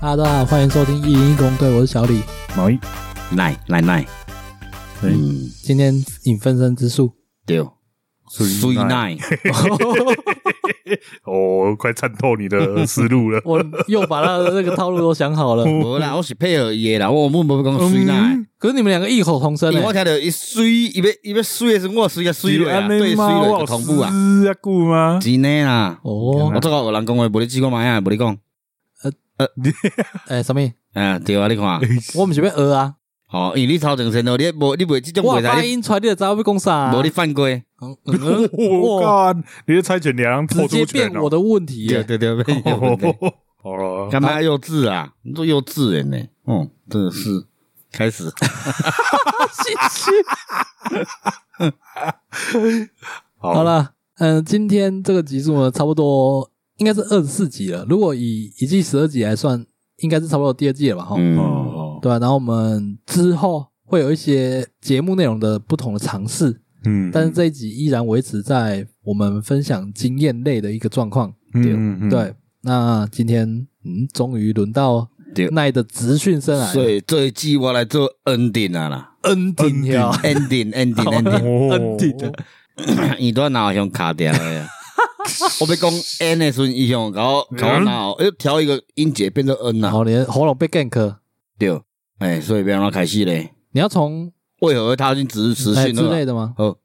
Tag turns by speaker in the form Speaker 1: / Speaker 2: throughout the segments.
Speaker 1: Hello，大家啊好，欢迎收听一零一公队，我是小李。
Speaker 2: 毛衣，
Speaker 3: 赖赖赖，
Speaker 2: 对
Speaker 3: 嗯，
Speaker 1: 今天引分身之术，。
Speaker 3: 对，所以
Speaker 2: 奈，
Speaker 3: 赖，
Speaker 2: 哦，快参透你的思路了
Speaker 1: 我又把他的那个套路都想好了。
Speaker 3: 无啦，我是配合伊的啦，我我无讲水奈，
Speaker 1: 可是你们两个异口同声
Speaker 3: 因为我
Speaker 1: 欸，
Speaker 3: 听到伊水，伊要伊要水的时候，我水啊水落啊，对水落就同步啊，
Speaker 2: 是啊，顾吗？
Speaker 3: 真的啦，
Speaker 1: 哦
Speaker 3: 我，这个有人讲话，无你试过买啊，无你讲，
Speaker 1: 哎，什么意？
Speaker 3: 啊，对啊，你看，
Speaker 1: 我们是要讹啊？
Speaker 3: 哦，因为你头前先咯，你无你袂这种
Speaker 1: 我
Speaker 3: 袂
Speaker 1: 发
Speaker 3: 使，
Speaker 1: 音嗯出来你就知道要讲啥啊
Speaker 3: 你？无你犯规，
Speaker 1: 嗯嗯嗯
Speaker 2: 我
Speaker 1: 哇，
Speaker 2: 靠，你的猜拳娘
Speaker 1: 直
Speaker 2: 透
Speaker 1: 接
Speaker 2: 出
Speaker 1: 变
Speaker 2: 拳
Speaker 1: 我
Speaker 2: 哦！
Speaker 1: 的问题
Speaker 3: 对
Speaker 1: 耶！
Speaker 3: 对对，被
Speaker 2: 好了，
Speaker 3: 干嘛幼稚啊？你都幼稚人呢，哦，真的是开始，
Speaker 1: 好
Speaker 2: 好，
Speaker 1: 了，嗯，今天这个集数呢，差不多应该是二十四集了。如果以一季十二集来算，应该是差不多第二季了吧？哈，
Speaker 3: 嗯，
Speaker 2: 哦，
Speaker 1: 对啊，然后我们之后会有一些节目内容的不同的尝试，
Speaker 2: 嗯，
Speaker 1: 但是这一集依然维持在我们分享经验类的一个状况。
Speaker 2: 嗯，嗯，
Speaker 1: 对，那今天嗯，终于轮到
Speaker 3: 对
Speaker 1: 奈的直训生来
Speaker 3: 所
Speaker 1: 了，
Speaker 3: 以这一季我来做 ending 啊啦
Speaker 1: 恩
Speaker 2: 恩
Speaker 1: 典
Speaker 2: 典
Speaker 3: 啊
Speaker 1: 呀，
Speaker 3: ，ending ending ending。
Speaker 2: 哦
Speaker 1: 恩典 的，
Speaker 3: 伊都脑向卡掉 了。我被讲 N 的时候，伊向搞搞脑，又调一个音节变成 N
Speaker 1: 然
Speaker 3: 啦，
Speaker 1: 后你的喉咙被 gank，
Speaker 3: 对。哎，所以不要让它开始嘞。
Speaker 1: 你要从
Speaker 3: 为何他进直直
Speaker 1: 哎
Speaker 3: 训
Speaker 1: 之类
Speaker 3: 呢？
Speaker 1: 的吗？
Speaker 3: 哦，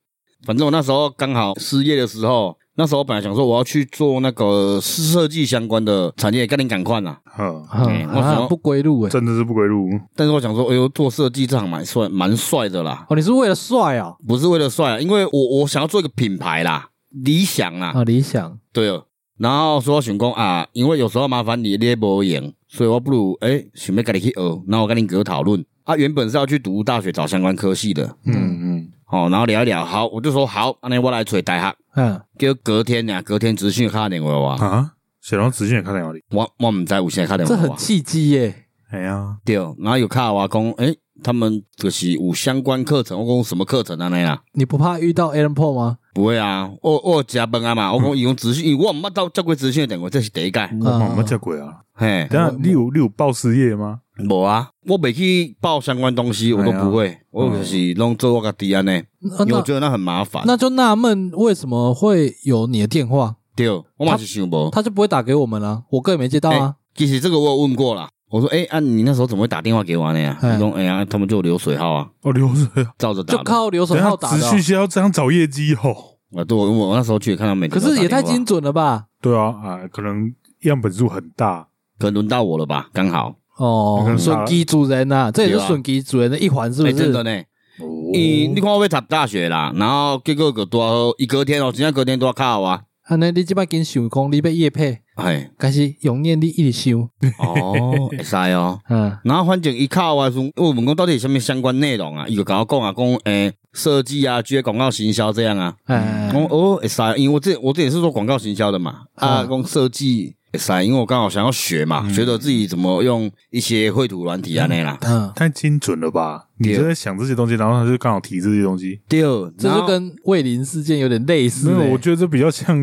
Speaker 3: 反正我那时候刚好失业的时候，那时候本来想说我要去做那个设计相关的产业，跟你赶快啦。
Speaker 2: 嗯，
Speaker 3: 哎
Speaker 1: 啊
Speaker 3: 我想
Speaker 1: 啊
Speaker 3: 要
Speaker 1: 不归路哎！
Speaker 2: 真的是不归路。
Speaker 3: 但是我想说，哎呦，做设计这行蛮帅，蛮帅的啦，
Speaker 1: 哦，你是为了帅啊？
Speaker 3: 不是为了帅啊，因为我我想要做一个品牌啦，理想啦，
Speaker 1: 啊，理想
Speaker 3: 对哦，然后说想讲啊，因为有时候麻烦你你无用，所以我不如诶、想要跟你去学，然后我跟你哥讨论。啊，原本是要去读大学找相关科系的，
Speaker 2: 嗯
Speaker 3: 哦，然后聊一聊，好，我就说好，那我来找大学。
Speaker 1: 嗯，
Speaker 3: 结果隔天啊呢，隔天资讯卡电话
Speaker 2: 嗯
Speaker 3: 我，
Speaker 2: 啊，小龙直线也看到哪里？
Speaker 3: 我我唔知有谁敲电
Speaker 1: 这
Speaker 3: 话
Speaker 1: 很
Speaker 3: 我，
Speaker 1: 契机耶！
Speaker 2: 哎呀，
Speaker 3: 对，哦然后有卡我讲，诶、他们就是有相关课程，我讲什么课程啊那样啊？
Speaker 1: 你不怕遇到 Alan Paul 吗？
Speaker 3: 不会啊，我我加班啊嘛，我
Speaker 1: 嗯
Speaker 3: 讲伊用资讯，因为我唔捌到接过资讯的电话，这是第一届，
Speaker 2: 我妈妈叫鬼啊！
Speaker 3: 嘿，
Speaker 2: 等一下，你有你有报失业吗？
Speaker 3: 无啊，我未去报相关东西，我
Speaker 1: 哎
Speaker 3: 都不会，我就是拢做我家己安尼，
Speaker 1: 嗯啊那
Speaker 3: 因为我
Speaker 1: 哦那
Speaker 3: 觉得那很麻烦。
Speaker 1: 那就纳闷为什么会有你的电话，
Speaker 3: 对，我嘛是想无。
Speaker 1: 他就不会打给我们了、我哥也没接到啊。
Speaker 3: 其实这个我有问过啦，我说，哎、啊，你那时候怎么会打电话给我呢？
Speaker 1: 哎
Speaker 3: 你说，哎呀，他们就有流水号啊，
Speaker 2: 哦，流水，
Speaker 3: 照着打
Speaker 1: 就
Speaker 3: 的。
Speaker 1: 靠留守
Speaker 2: 等一
Speaker 1: 号
Speaker 2: 下
Speaker 1: 打
Speaker 2: 直
Speaker 1: 的哦、
Speaker 2: 续是要这样找业绩哦。
Speaker 3: 啊，对，我我那时候去也看到每个
Speaker 1: 可
Speaker 3: 人都
Speaker 1: 是也
Speaker 3: 打
Speaker 1: 太
Speaker 3: 电话
Speaker 1: 精，准了吧？
Speaker 2: 对啊，啊，可能样本数很大，
Speaker 3: 可能轮到我了吧，刚好。
Speaker 2: 那
Speaker 1: 哦
Speaker 2: 个，
Speaker 1: 损机主人呐、这也是
Speaker 3: 对啊
Speaker 1: 损机主人的一环，是不
Speaker 3: 哎真的
Speaker 1: 是？
Speaker 3: 呢，
Speaker 2: 哦
Speaker 3: 你你看我要读大学啦，然后结果个多少一隔天哦，真正隔天都要靠啊，
Speaker 1: 啊，那你即摆跟想讲你被叶配，
Speaker 3: 哎，
Speaker 1: 但是用念你一直想，
Speaker 3: 哦，会使哦。
Speaker 1: 嗯，
Speaker 3: 然后反正伊靠我的时候，我问讲啊到底有什么相关内容啊？伊就甲我讲啊，讲诶设计啊、接广告行销这样啊。
Speaker 1: 哎、
Speaker 3: 我
Speaker 2: 嗯
Speaker 3: 说哦，会使，因为我这我这也是做广告行销的嘛。啊，
Speaker 1: 嗯
Speaker 3: 讲设计会使，因为我刚好想要学嘛，
Speaker 2: 嗯
Speaker 3: 学着自己怎么用一些绘图软体安尼啦。
Speaker 1: 嗯，
Speaker 2: 太精准了吧？你
Speaker 3: 对
Speaker 2: 就在想这些东西，然后他就刚好提这些东西。
Speaker 3: 对，
Speaker 1: 这
Speaker 3: 然
Speaker 1: 就
Speaker 3: 后
Speaker 1: 跟卫林事件有点类似、
Speaker 2: 没有，
Speaker 1: 欸，
Speaker 2: 我觉得这比较像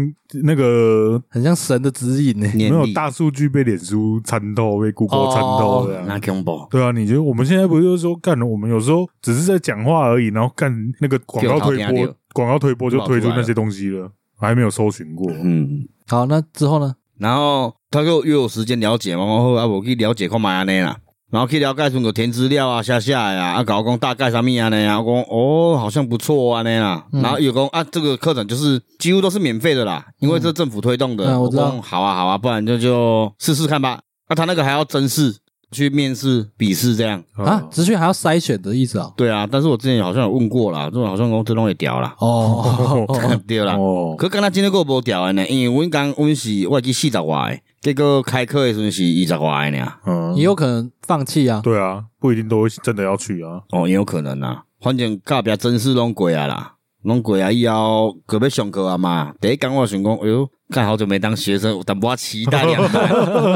Speaker 2: 那个
Speaker 1: 很像神的指引呢、欸。
Speaker 2: 没
Speaker 3: 念
Speaker 2: 有
Speaker 3: 力
Speaker 2: 大数据被脸书参透，被 Google 参透的啊。
Speaker 3: 那恐怖，
Speaker 2: 对啊，你觉得我们现在不是说干？我们有时候只是在讲话而已，然后干那个广告推
Speaker 3: 就有头听到
Speaker 2: 播，广告推播就推出
Speaker 3: 就跑出来
Speaker 2: 那
Speaker 3: 了
Speaker 2: 些东西了，还没有搜寻过。
Speaker 3: 嗯。
Speaker 1: 好，那之后呢？
Speaker 3: 然后他就约我时间了解嘛，然后啊，我去了解看卖安尼啦。然后去了解的时候就填资料啊、写写的啊，啊，甲我讲大概啥物安尼啊，我讲哦，好像不错安尼啦。
Speaker 1: 嗯
Speaker 3: 然后有讲啊，这个课程就是几乎都是免费的啦，因为这政府推动的。
Speaker 1: 嗯我知道
Speaker 3: 讲好啊好啊，不然就就试试看吧。啊，他那个还要真试去面试、笔试这样。
Speaker 2: 哦
Speaker 1: 啊，直训还要筛选的意思啊、
Speaker 3: 对啊，但是我之前好像有问过啦，这种好像讲这种也屌啦，
Speaker 1: 哦，哦
Speaker 3: 对啦。
Speaker 2: 哦，
Speaker 3: 可敢若真诶个无调诶呢，因为阮讲阮是我会记四十外诶，结果开课诶时阵是二十外诶尔，
Speaker 2: 嗯
Speaker 1: 也，有可能放弃啊。
Speaker 2: 对啊，不一定都会真的要去啊。
Speaker 3: 哦，也有可能啦。反正隔壁真是拢过啊啦，拢过啊以后，隔要上课啊嘛。第一讲我想讲，哎哟，看好久没当学生，有淡薄仔期待两代，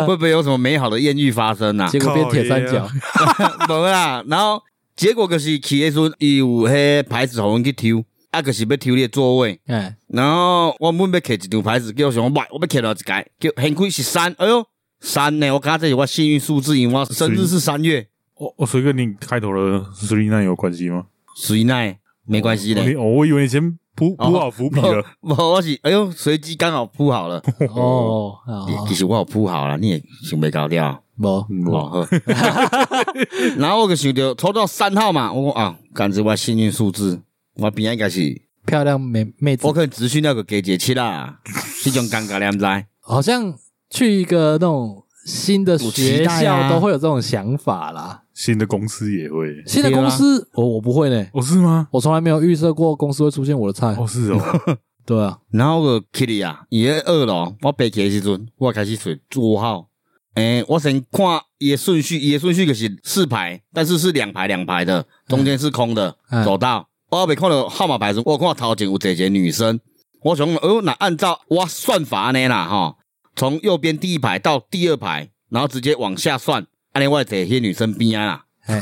Speaker 3: 会不会有什么美好的艳遇发生啊？
Speaker 1: 结果变铁三
Speaker 2: 靠
Speaker 1: 角
Speaker 2: 腰，
Speaker 3: 无啦，然后结果就是去诶时阵，伊有迄牌子互阮去抽，啊，就是要抽你诶座位。
Speaker 1: 哎，
Speaker 3: 然后我们要摕一张牌子，叫我想讲，喂，我要摕到一届，叫很贵是三，哎哟，三呢、我刚这里我幸运数字，因为我生日是三月
Speaker 2: 哦哦，所以跟你开头的 three nine 有关系吗？
Speaker 3: 水奈，没关系的
Speaker 2: 哦。你哦，我以为你先铺铺好伏笔了。
Speaker 3: 我我是哎呦，随机刚好铺好了。
Speaker 1: 哦，好
Speaker 3: 也其实我有铺好了，你也想袂搞掉。
Speaker 1: 无
Speaker 2: 嗯
Speaker 3: 哦，好 然后我就想到抽到三号嘛，我讲啊，感觉我幸运数字，我边应该是，
Speaker 1: 漂亮妹妹子
Speaker 3: 我，可能只训那个给解七啦， 这种尴尬你知道吗？
Speaker 1: 好像去一个那种新的
Speaker 3: 有
Speaker 1: 学
Speaker 3: 期待啊
Speaker 1: 校都会有这种想法啦。
Speaker 2: 新的公司也会
Speaker 1: 新的
Speaker 3: 对啊
Speaker 1: 公司，我我不会呢，
Speaker 2: 哦？是吗？
Speaker 1: 我从来没有预设过公司会出现我的菜
Speaker 2: 哦，。是哦，
Speaker 1: 对啊，
Speaker 3: 然后我 Kitty 啊，伊在二楼，我爬起来的时阵，我开始找座号。诶、我先看伊的顺序，伊的顺序就是四排，但是是两排两排的，中间是空的、
Speaker 1: 嗯
Speaker 3: 走道。我未看到号码牌的时候，我有看到头前有一个女生，我想，哦，那按照我算法呢啦，吼，从右边第一排到第二排，然后直接往下算，安尼我坐迄女生边啊啦，
Speaker 1: 哎，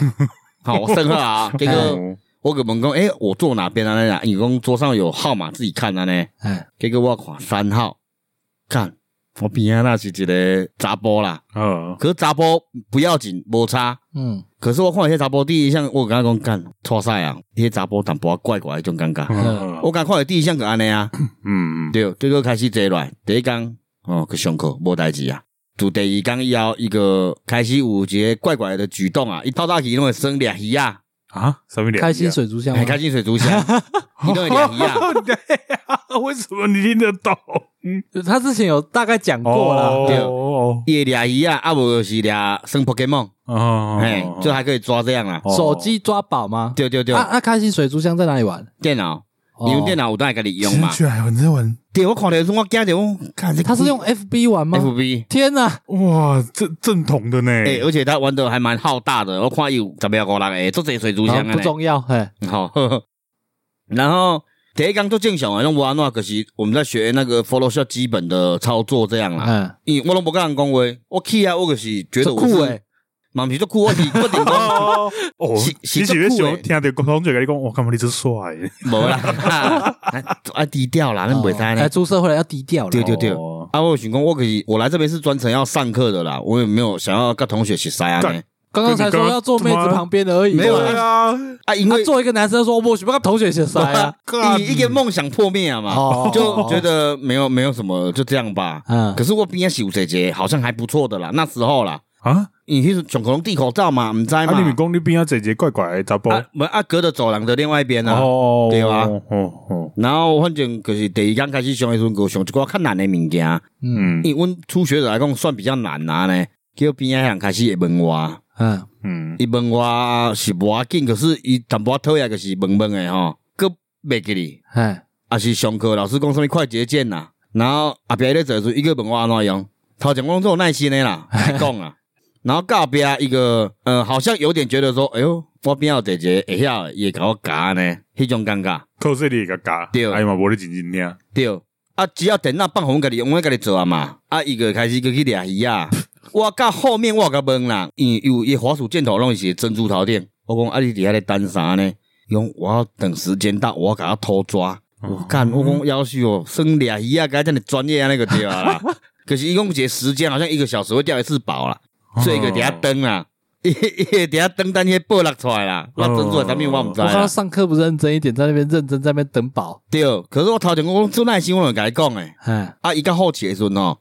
Speaker 3: 好，我算好啊，结果
Speaker 2: 哦
Speaker 3: 我跟问讲，诶、我坐哪边啊？尼啦，伊讲桌上有号码，自己看啊呢。
Speaker 1: 哎，
Speaker 3: 结果我看三号，看我边仔那是一个查甫啦，
Speaker 2: 啊，
Speaker 3: 可是查甫不要紧，无差。
Speaker 1: 嗯，
Speaker 3: 可是我看迄查甫第一项，我感觉讲干错赛啊，迄查甫淡薄仔怪怪迄种感觉。
Speaker 2: 嗯
Speaker 3: 我感觉看到第一项就安尼 啊，
Speaker 2: 嗯，
Speaker 3: 对，结果开始坐落来，第一工哦去上课无代志啊。自第二工以后，伊个开始有一个怪怪的举动啊，伊透早起拢会生俩鱼啊，
Speaker 2: 啊，上面两
Speaker 1: 开心水族
Speaker 2: 哦
Speaker 1: 箱吗
Speaker 3: 还，开进水 族箱，伊拢会俩鱼啊。
Speaker 2: 啊，为什么你听得懂？
Speaker 1: 他之前有大概讲过啦，啊
Speaker 3: 对
Speaker 2: 哦
Speaker 3: 伊会俩鱼啊，啊无就是俩生 Pokemon，
Speaker 2: 哦哦，
Speaker 3: 嘿，就还可以抓这样啦。
Speaker 2: 哦
Speaker 1: 手机抓宝吗？
Speaker 3: 对对对，哦
Speaker 1: 啊哦啊，开心水族箱在哪里玩？
Speaker 3: 电脑，你用电
Speaker 1: 脑，
Speaker 3: 脑有当给你用嘛
Speaker 2: 其实？居然有人在玩，
Speaker 3: 对，我看到的时候我惊着，我看这
Speaker 1: 他是用
Speaker 3: 啊
Speaker 1: FB 玩吗？
Speaker 3: FB，
Speaker 1: 天哪，
Speaker 2: 哇，正正统的呢，
Speaker 1: 嗯
Speaker 3: 哎，而且他玩的还蛮浩大的，我看有十秒五六个，做这水族
Speaker 1: 好
Speaker 3: 箱
Speaker 1: 啊不重要，嘿，
Speaker 3: 呢。好，呵呵 然后第一刚做正常啊，用安那可是我们在学那个 Photoshop 基本的操作这样啦。
Speaker 1: 嗯，
Speaker 3: 因为我拢不跟人讲话，我去啊，我就是啊觉得
Speaker 1: 这
Speaker 3: 我
Speaker 1: 酷欸
Speaker 3: 是
Speaker 1: 诶，
Speaker 3: 嘛不是做酷，我是我 顶多
Speaker 2: 哦，哦
Speaker 3: 是是
Speaker 2: 你
Speaker 3: 足
Speaker 2: 是咧
Speaker 3: 久
Speaker 2: 想
Speaker 3: 的
Speaker 2: 听着同学跟你讲，我干嘛你真帅？
Speaker 3: 无啦， 啊啊低调啦，那袂使呢
Speaker 1: 哎，。出社会了要低调了，
Speaker 3: 对对对
Speaker 2: 哦
Speaker 3: 啊，我有想讲，我可是我来这边是专程要上课的啦，我也没有想要跟同学去塞啊呢。
Speaker 1: 刚
Speaker 2: 干
Speaker 1: 刚才说要坐妹子旁边而已，
Speaker 3: 没有
Speaker 1: 啊
Speaker 2: 对啊，嗯
Speaker 3: 啊，因
Speaker 1: 他
Speaker 3: 为
Speaker 1: 做一个男生说，我许不跟同学写塞啊，
Speaker 2: 干
Speaker 3: 一一个梦想破灭了啊嘛，
Speaker 1: 哦
Speaker 3: 就觉得没有没有什么，就这样吧。
Speaker 1: 嗯
Speaker 3: 可，是我边仔有姐姐好像还不错的啦，那时候啦，
Speaker 2: 啊，
Speaker 3: 你去上可能戴口罩嘛，唔知
Speaker 2: 啊，你们
Speaker 3: 嘛。
Speaker 2: 讲你边啊姐姐怪怪的查甫，
Speaker 3: 啊，我啊隔着走廊的另外一边啊。
Speaker 2: 哦，
Speaker 3: 对啊
Speaker 2: 哦哦，
Speaker 3: 然后反正就是第一天开始上的时阵，我上一寡较难的物件，
Speaker 1: 嗯
Speaker 2: 嗯
Speaker 3: 因为阮初学者来讲算比较难拿呢。叫边仔的人开始会问我，啊
Speaker 1: 嗯，
Speaker 2: 嗯，
Speaker 3: 伊问我是无要紧，可是伊淡薄仔讨厌，就是问问的吼，佫袂记哩。
Speaker 1: 哎，
Speaker 3: 啊是上课老师讲什么快捷键呐，然后阿伯咧做的时候，伊个问我安怎用，头前我做耐心的啦，爱讲啊。然后到后壁一个，呃，好像有点觉得说，哎呦，我边有姐姐会晓的，也甲我教呢，迄种尴尬。
Speaker 2: 靠这里个嘎，
Speaker 3: 对
Speaker 2: 哎嘛，无你认真听，
Speaker 3: 对，啊，只要电脑放互阮家己用，阮家己做啊嘛。啊，伊个开始去去掠鱼啊。我到后面我有甲问啦，因为有伊滑鼠箭头拢是珍珠头顶，我讲啊，你伫遐咧等啥呢？伊讲我要等时间到，我要甲他偷抓。我干，我讲要死哦，生掠鱼啊，该遮尔专业啊那个对啊啦。可是伊讲一个时间好像一个小时会钓一次宝啦，所以伊个伫遐等啦，伊伊个伫遐等等迄报落出来啦，那珍珠的啥物我毋知
Speaker 1: 我看他
Speaker 3: 啦。
Speaker 1: 上课不认真一点，在那边认真，在那边等宝，
Speaker 3: 对，可是我头前我讲做耐心，我有甲伊讲诶。
Speaker 1: 哎，
Speaker 3: 啊，伊较好奇的时阵吼，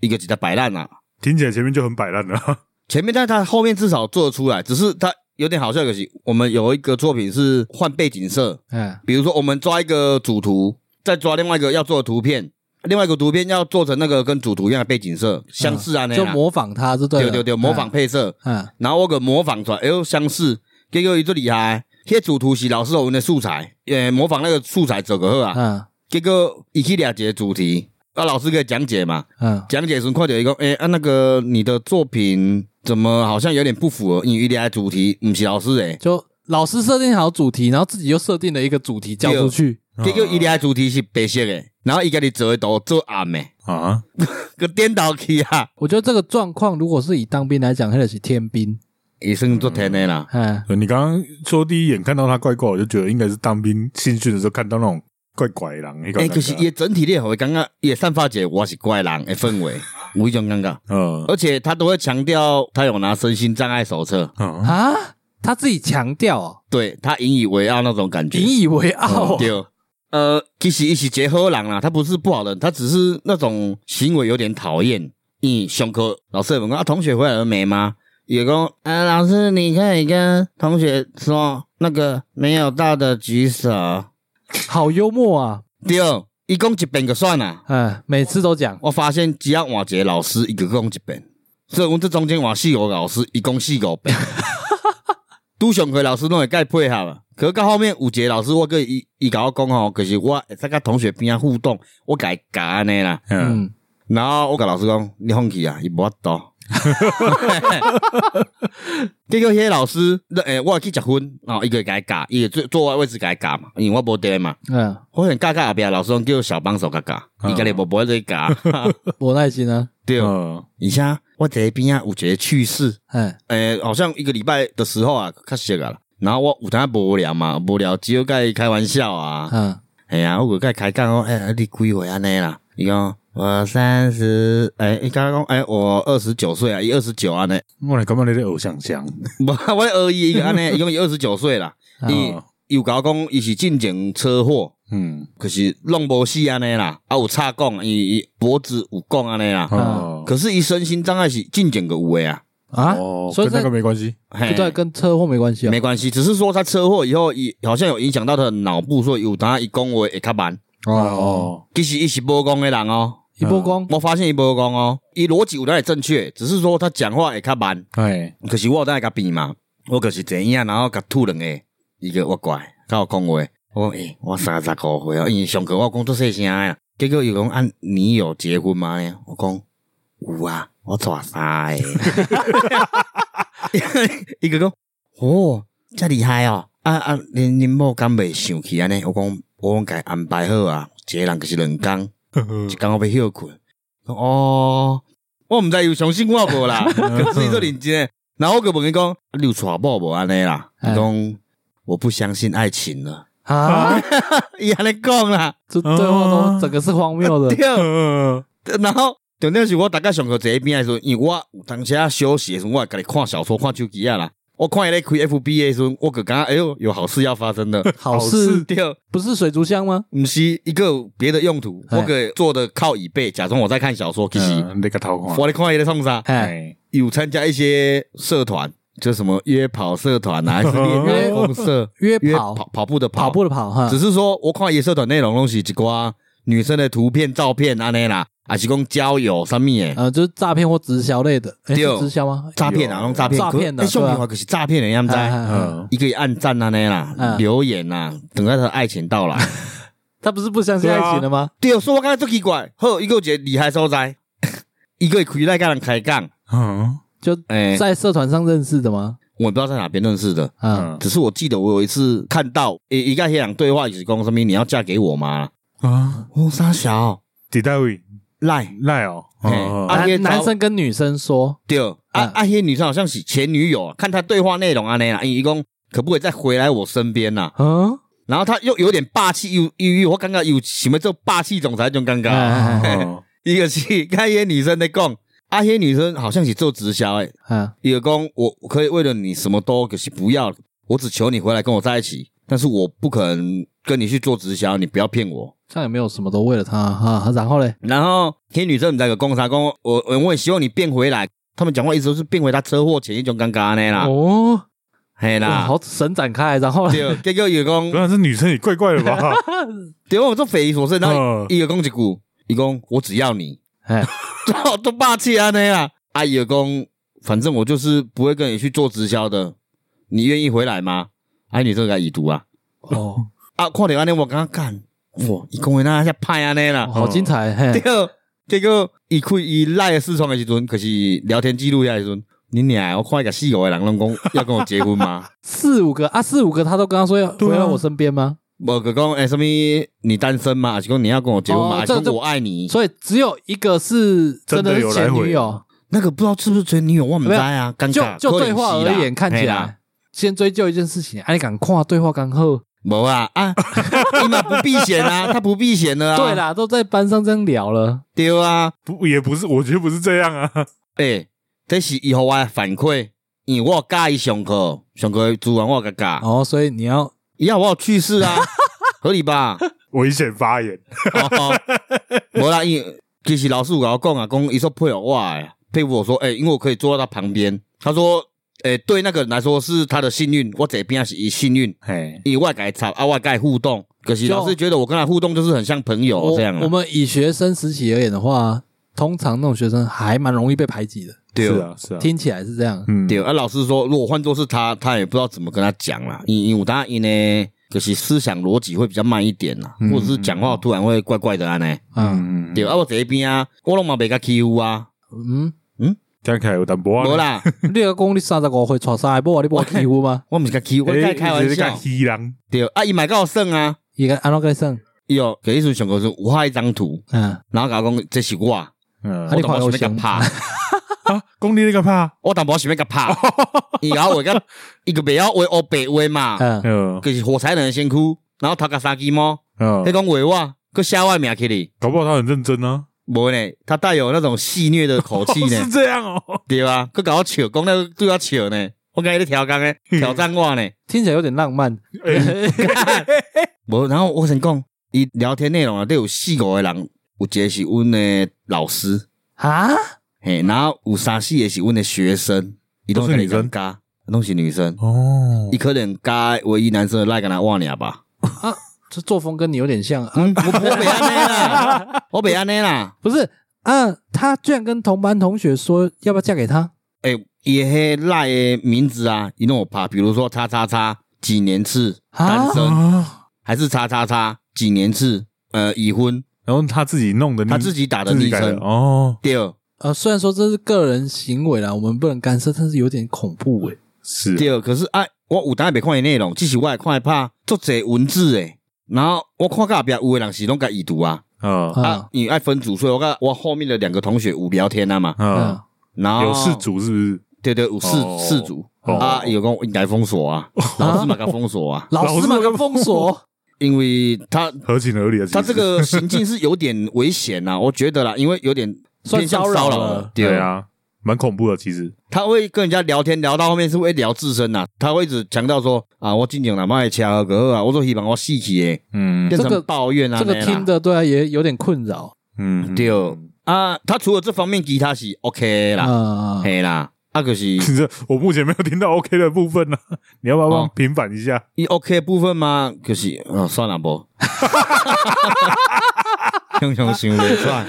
Speaker 3: 伊个一只摆烂啊，
Speaker 2: 听起来前面就很摆烂了，
Speaker 3: 前面但他后面至少做得出来，只是他有点好笑可惜。我们有一个作品是换背景色，
Speaker 1: 哎，
Speaker 3: 比如说我们抓一个主图，再抓另外一个要做的图片，另外一个图片要做成那个跟主图一样的背景色，相似啊那
Speaker 1: 就
Speaker 3: 样啊，
Speaker 1: 模仿他是对
Speaker 3: 对
Speaker 1: 的，
Speaker 3: 对对，模仿，配色，
Speaker 1: 嗯，
Speaker 3: 然后我给模仿出来，哎呦相似，结果伊最厉害。迄主图是老师我们的素材，诶，模仿那个素材走个好啊。
Speaker 1: 嗯
Speaker 3: 结果伊去掠一个主题，啊，老师给讲解嘛，
Speaker 1: 嗯，
Speaker 3: 讲解的时候快点一个，哎、啊，那个你的作品怎么好像有点不符合你预的主题？不是老师诶、
Speaker 1: 就老师设定好主题，然后自己又设定了一个主题交出去，
Speaker 3: 结果伊的主题是白色诶，然后伊家己做的都做暗诶，
Speaker 2: 啊，
Speaker 3: 个颠倒去啊，
Speaker 1: 我觉得这个状况如果是以当兵来讲，那就是天兵，
Speaker 3: 医生做天的啦，
Speaker 1: 嗯，
Speaker 2: 你刚刚说第一眼看到他怪怪，我就觉得应该是当兵新训的时候看到那种怪怪的人，哎
Speaker 3: 예,诶、可是伊整体咧，我感觉伊散发一个我是怪人的氛围，无一种尴尬。
Speaker 2: 呃，
Speaker 3: 而且他都会强调他有拿身心障碍手册，
Speaker 2: 嗯
Speaker 1: 啊，他自己强调哦，
Speaker 3: 对他引以为傲那种感觉。
Speaker 1: 引以为傲哦，
Speaker 3: 对，呃，其实一起结合人啦，他不是不好人，他只是那种行为有点讨厌。嗯，上课老师也问我啊，同学回来了没吗？也说，呃，老师，你可以跟同学说那个没有到的举手。
Speaker 1: 好幽默啊！
Speaker 3: 对，一共一遍就算了。
Speaker 1: 嗯，每次都讲，
Speaker 3: 我发现只要换一个老师，一个讲一遍，所以阮这中间换四五个老师，一共四五遍。拄上课老师拢会甲伊配合啊，可是到后面有一个老师，我个伊伊甲我讲吼，就是我会使甲同学边仔互动，我甲伊教安尼啦。
Speaker 2: 嗯，
Speaker 1: 嗯，
Speaker 3: 然后我甲老师讲，你放弃啊，伊无法度。 结果迄个老师，诶、欸，我会去食薰，然后伊个甲伊教，伊会坐坐我位置甲伊教嘛，因为我无地嘛。
Speaker 1: 嗯，
Speaker 3: 我很尬尬后壁老师拢叫小帮手教教，伊家己无无爱在教，
Speaker 1: 我耐心啊，
Speaker 3: 对。
Speaker 2: 呃
Speaker 3: 哦而且我这边啊有一个趣事，
Speaker 1: 哎，
Speaker 3: 诶、好像一个礼拜的时候啊，较熟啊啦。然后我有当无聊嘛，无聊只有甲伊开玩笑啊。
Speaker 1: 嗯，
Speaker 3: 哎呀、我有甲伊开讲哦，诶、啊你几岁安尼啦？伊讲我三十，诶、伊甲我讲，诶、哎我二十九岁啊，伊二十九安尼。
Speaker 2: 我来感觉你咧偶像像，
Speaker 3: 无，我咧学伊伊安尼，伊讲伊二十九岁啦。伊
Speaker 2: 哦
Speaker 3: 伊有甲我讲，伊是进前车祸，
Speaker 2: 嗯，
Speaker 3: 可是弄无死安尼啦，啊有插讲，伊伊脖子有讲安尼啦。
Speaker 2: 哦，
Speaker 3: 可是伊身心障碍是进前个有诶啊。
Speaker 1: 啊，
Speaker 2: 哦，
Speaker 1: 所以
Speaker 2: 跟那
Speaker 1: 这
Speaker 2: 个没关系，
Speaker 3: 嘿
Speaker 1: 不对，跟车祸没关系啊
Speaker 3: 没，关系，只是说他车祸以后，也好像有影响到他的脑部，所以有他一讲话会较慢。
Speaker 1: 哦，
Speaker 2: 哦，
Speaker 3: 其实伊是无讲的人哦，
Speaker 1: 一波光，
Speaker 3: 我发现伊无讲哦，伊逻辑有当会正确，只是说他讲话会较慢。
Speaker 2: 哎，
Speaker 3: 可是我有当会较变嘛，我就是这样，然后甲吐两个，伊个我怪，甲我讲话，我讲诶、欸我三十五岁哦，因为上课我讲做细声的啊，结果伊讲啊，你有结婚吗？我讲有啊，我娶三个。 伊个讲，哦，遮厉害哦！啊啊，恁恁某敢袂生气安尼？我讲，我讲家安排好啊，一个人就是两工，一
Speaker 2: 어,
Speaker 3: 工我要休困。讲哦，我毋知有相信我 无啦，可是伊做认真诶。然后我就问伊讲，啊你有娶某无安尼啦？伊
Speaker 1: 哎
Speaker 3: 讲，我不相信爱情了。
Speaker 1: 啊，
Speaker 3: 伊安尼 讲啦，
Speaker 1: 这对话都整个是荒谬的，
Speaker 3: 对。
Speaker 2: 呃
Speaker 3: 然后重点是我大概上课坐一边的时阵，因为我有当时啊休息的时阵，我会家己看小说、看手机啊啦。我看伊咧开 FB 的时阵，我就感觉哎哟，有好事要发生了。
Speaker 1: 好
Speaker 3: 是
Speaker 1: 事
Speaker 3: 对，
Speaker 1: 不是水族箱吗？
Speaker 3: 毋是一个有别的用途，
Speaker 1: 哎
Speaker 3: 我个坐的靠椅背，假装我在看小说，其实
Speaker 2: 嗯你个头看，
Speaker 3: 我咧看伊咧创啥，
Speaker 1: 哎，、
Speaker 2: 哎，
Speaker 3: 有参加一些社团，就什么约跑社团啊，还是练约公社
Speaker 1: 约
Speaker 3: 约
Speaker 1: 跑
Speaker 3: 跑跑步的
Speaker 1: 跑步的跑哈
Speaker 3: 只，是说我看伊社团内容拢是一寡女生的图片、照片安尼啦，还是讲交友啥物诶。
Speaker 1: 呃，就是诈骗或直销类的，哎，
Speaker 3: 对
Speaker 1: 是直销吗？
Speaker 3: 诈骗啊，
Speaker 2: 有
Speaker 3: 拢诈骗，
Speaker 1: 诈骗啊
Speaker 3: 可是
Speaker 1: 对啊
Speaker 3: 哎，上话可是诈骗的，样知？
Speaker 1: 哎哎哎
Speaker 2: 嗯，
Speaker 3: 一个按赞安尼啦
Speaker 1: 嗯，
Speaker 3: 留言啊，等待他的爱情到来。
Speaker 1: 他不是不相信爱情的吗？
Speaker 3: 对，所以我感觉最奇怪，好，伊个有一个厉害所在， 伊个开来跟人开讲，
Speaker 2: 嗯
Speaker 1: 就
Speaker 3: 诶，
Speaker 1: 在社团上认识的吗？
Speaker 3: 我不知道在哪边认识的，
Speaker 1: 啊，
Speaker 2: 嗯
Speaker 3: 只是我记得我有一次看到伊伊甲迄人对话，就是讲什么你要嫁给我吗？
Speaker 2: 啊，
Speaker 3: 我说哦傻小
Speaker 2: 伫代位
Speaker 3: 赖
Speaker 2: 赖哦，
Speaker 3: 嘿
Speaker 2: 哦
Speaker 3: 啊
Speaker 2: 哦
Speaker 3: 那个
Speaker 1: 男
Speaker 3: 早
Speaker 1: 男生跟女生说，
Speaker 3: 对，啊
Speaker 1: 嗯
Speaker 3: 啊，迄个女生好像是前女友，啊看她对话内容安尼啦，伊讲可不可以再回来我身边呐？
Speaker 1: 嗯，
Speaker 3: 然后他又有点霸气，又又又我感觉有想要做霸气总裁这种尴尬。
Speaker 1: 哎哎哎
Speaker 2: 哦
Speaker 3: 一个是看迄个女生在讲，啊，迄个女生好像是做直销诶，
Speaker 1: 嗯，
Speaker 3: 伊个讲我我可以为了你什么都可是不要，我只求你回来跟我在一起，但是我不可能跟你去做直销，你不要骗我。
Speaker 1: 这样也没有什么都为了他啊。然后嘞，
Speaker 3: 然后迄个女生毋知个讲啥，讲我我我也希望你变回来。他们讲话一直都是变回他车祸前一种尴尬安尼啦，
Speaker 1: 哦，
Speaker 3: 嘿、
Speaker 1: 哇
Speaker 3: 啦。
Speaker 1: 好神展开，然后嘞，
Speaker 3: 对，结果伊
Speaker 2: 不
Speaker 3: 讲，
Speaker 2: 然这女生也怪怪的吧？
Speaker 3: 对我做匪夷所思，然后
Speaker 2: 嗯
Speaker 3: 伊个讲一句，伊讲我只要你，
Speaker 1: 哎，
Speaker 3: 都都霸气安尼啦。啊阿姨公，反正我就是不会跟你去做直销的，你愿意回来吗？哎、啊，你这个已读啊
Speaker 1: 哦，
Speaker 3: 啊！看到安尼，我刚刚干，哇，伊讲的那下歹安尼啦。
Speaker 1: 好精彩，嘿，
Speaker 3: 对，结果伊开伊赖的视窗的时阵，可是聊天记录下的时阵，你娘的，我看个四五个人拢讲要跟我结婚 吗？
Speaker 1: 四五个啊，四五个他都跟他说要
Speaker 2: 对啊
Speaker 1: 回来我身边吗？
Speaker 3: 无个讲哎诶，什么你单身吗？还是讲你要跟我结婚吗？
Speaker 1: 哦
Speaker 3: 还是
Speaker 1: 这
Speaker 3: 讲
Speaker 1: 这
Speaker 3: 我爱你？
Speaker 1: 所以只有一个是真的是前女友，
Speaker 3: 那个不知道是不是前女友，我唔知道啊，尴
Speaker 1: 就
Speaker 3: 尬。
Speaker 1: 就
Speaker 3: 可能
Speaker 1: 对话
Speaker 3: 是
Speaker 1: 而
Speaker 3: 啦
Speaker 1: 言看起
Speaker 3: 嘿啦
Speaker 1: 啊来，先追究一件事情，哎，你敢看对话刚好，
Speaker 3: 无啊啊， 伊嘛不避嫌 啊，他不避嫌的啊，
Speaker 1: 对，啦，都在班上这样聊了，
Speaker 3: 对啊，
Speaker 2: 不也不是，我觉得不是这样啊。
Speaker 3: 诶、这是伊互我的反馈，因为我有教伊上课，上课的资源我有甲教，
Speaker 1: 哦，所以你要
Speaker 3: 伊要我有趣事 啊，合理吧？
Speaker 2: 危险发言，
Speaker 3: 哦，无啦，因为其实老师有甲我讲啊，讲伊说配合我的，佩服我说，欸诶、因为我可以坐到他旁边，他说，欸诶、对那个人来说是他的幸运，我这边是伊幸运，
Speaker 2: 嘿，
Speaker 3: 因为我改吵啊，我改互动，可是
Speaker 1: 就
Speaker 3: 老师觉得我跟他互动就是很像朋友
Speaker 1: 我
Speaker 3: 这样啊，
Speaker 1: 我们以学生时期而言的话，通常那种学生还蛮容易被排挤的，
Speaker 3: 对
Speaker 2: 是啊，是啊，
Speaker 1: 听起来是这样。
Speaker 2: 嗯，
Speaker 3: 对啊，老师说，如果换作是他，他也不知道怎么跟他讲啦。因因为他因呢，就是思想逻辑会比较慢一点啦，
Speaker 2: 嗯
Speaker 3: 或者是讲话突然会怪怪的安呢。
Speaker 1: 嗯
Speaker 2: 嗯，
Speaker 3: 对啊，我这一边啊，我拢嘛袂甲欺负啊，
Speaker 1: 嗯，
Speaker 2: 听起来有淡薄
Speaker 3: 无
Speaker 2: 啊，
Speaker 3: 啦，
Speaker 1: 你若讲你三十五岁娶三个某，你无欺负 吗？
Speaker 3: 我毋是甲欺负，我
Speaker 2: 诶
Speaker 3: 在开玩笑。
Speaker 2: 希狼，
Speaker 3: 对啊，伊嘛甲我耍啊，
Speaker 1: 伊个安怎跟算？
Speaker 3: 伊哦，佮意思上课是有我一张图，
Speaker 1: 嗯，
Speaker 3: 然后甲我讲这是我，
Speaker 2: 嗯
Speaker 1: 啊，你
Speaker 3: 我淡薄想要甲拍，
Speaker 2: 啊，讲你那个怕，
Speaker 3: 我淡薄想要甲拍， 伊后我甲伊个袂晓画黑白话嘛，
Speaker 1: 嗯，
Speaker 2: 嗯
Speaker 3: 就是火柴人的身躯，然后头甲三鸡毛，迄
Speaker 2: 嗯，
Speaker 3: 讲画我，佮写我的名起哩。
Speaker 2: 搞不好他很认真啊，
Speaker 3: 无呢，他带有那种戏谑的口气
Speaker 2: 是
Speaker 3: 呢，
Speaker 2: 这样哦，
Speaker 3: 对吧？佮搞我笑，讲那个对我笑呢，我感觉在调岗 呢，
Speaker 1: 嗯
Speaker 3: 挑战我呢。
Speaker 1: 听起来有点浪漫。
Speaker 2: 诶
Speaker 3: 无，然后我想讲，伊聊天内容啊，都有四五个人，有一个是阮的老师，
Speaker 1: 啊，
Speaker 3: 嘿，然后有三四个是阮的学生，伊
Speaker 2: 都是女生
Speaker 3: 加，拢是女生，
Speaker 2: 哦
Speaker 3: 伊，可能加唯一男生的赖跟他忘了吧。
Speaker 1: 这作风跟你有点像啊，
Speaker 3: 嗯，我我袂安尼 啦，我袂安尼啦。
Speaker 1: 不是？啊，他居然跟同班同学说要不要嫁给他？
Speaker 3: 诶、伊迄赖的名字啊，伊拢有拍，比如说叉叉叉几年次
Speaker 1: 啊
Speaker 3: 单身。
Speaker 2: 啊，
Speaker 3: 还是叉叉叉几年次呃已婚，
Speaker 2: 然后他自己弄的昵，
Speaker 3: 他自己打的
Speaker 2: 自
Speaker 3: 昵
Speaker 2: 己改的
Speaker 3: 称。
Speaker 2: 哦，
Speaker 3: 第二，
Speaker 1: 呃，虽然说这是个人行为啦，我们不能干涉，但是有点恐怖欸诶、
Speaker 2: 是
Speaker 3: 第二，可是啊，我有当也别看伊内容，只是我会看伊拍作者文字诶。然后我看到后壁有的人是拢甲已读啊，
Speaker 2: 啊
Speaker 3: 啊
Speaker 1: 啊，，
Speaker 3: 因为爱分组，所以我甲我后面的两个同学有聊天啊嘛，
Speaker 2: 啊，
Speaker 3: 然后
Speaker 2: 有事，主是不是？
Speaker 3: 对对，有事
Speaker 2: 哦
Speaker 3: 事主
Speaker 2: 哦
Speaker 3: 啊，有讲应该封 锁啊，老师嘛该封锁啊，
Speaker 1: 老师们跟封锁，
Speaker 3: 因为他
Speaker 2: 合情合理的，
Speaker 3: 他这个行径是有点危险呐，我觉得啦，因为有点
Speaker 1: 算
Speaker 3: 偏向
Speaker 1: 骚扰
Speaker 3: 骚扰
Speaker 1: 了
Speaker 3: 了，
Speaker 2: 对啊，蛮恐怖的，其实
Speaker 3: 他会跟人家聊天，聊到后面是会聊自身呐、啊他会一直强调说啊，我进前哪卖车喝个啊，我说希望我死去耶，
Speaker 2: 嗯
Speaker 3: 变
Speaker 1: 这
Speaker 3: 成
Speaker 1: 个
Speaker 3: 抱怨 啊，
Speaker 1: 这个听
Speaker 3: 的
Speaker 1: 的对啊，也有点困 扰
Speaker 2: 嗯，
Speaker 3: 对啊，他除了这方面，其他是 OK 啦，
Speaker 1: 啊。
Speaker 3: 嘿、啦，啊可是
Speaker 2: 这我目前没有听到 OK 的部分呢、 你要不要帮我
Speaker 3: 哦
Speaker 2: 平反一下？
Speaker 3: 伊 OK 的部分嘛，可是嗯、算了不， 熊熊想袂 算，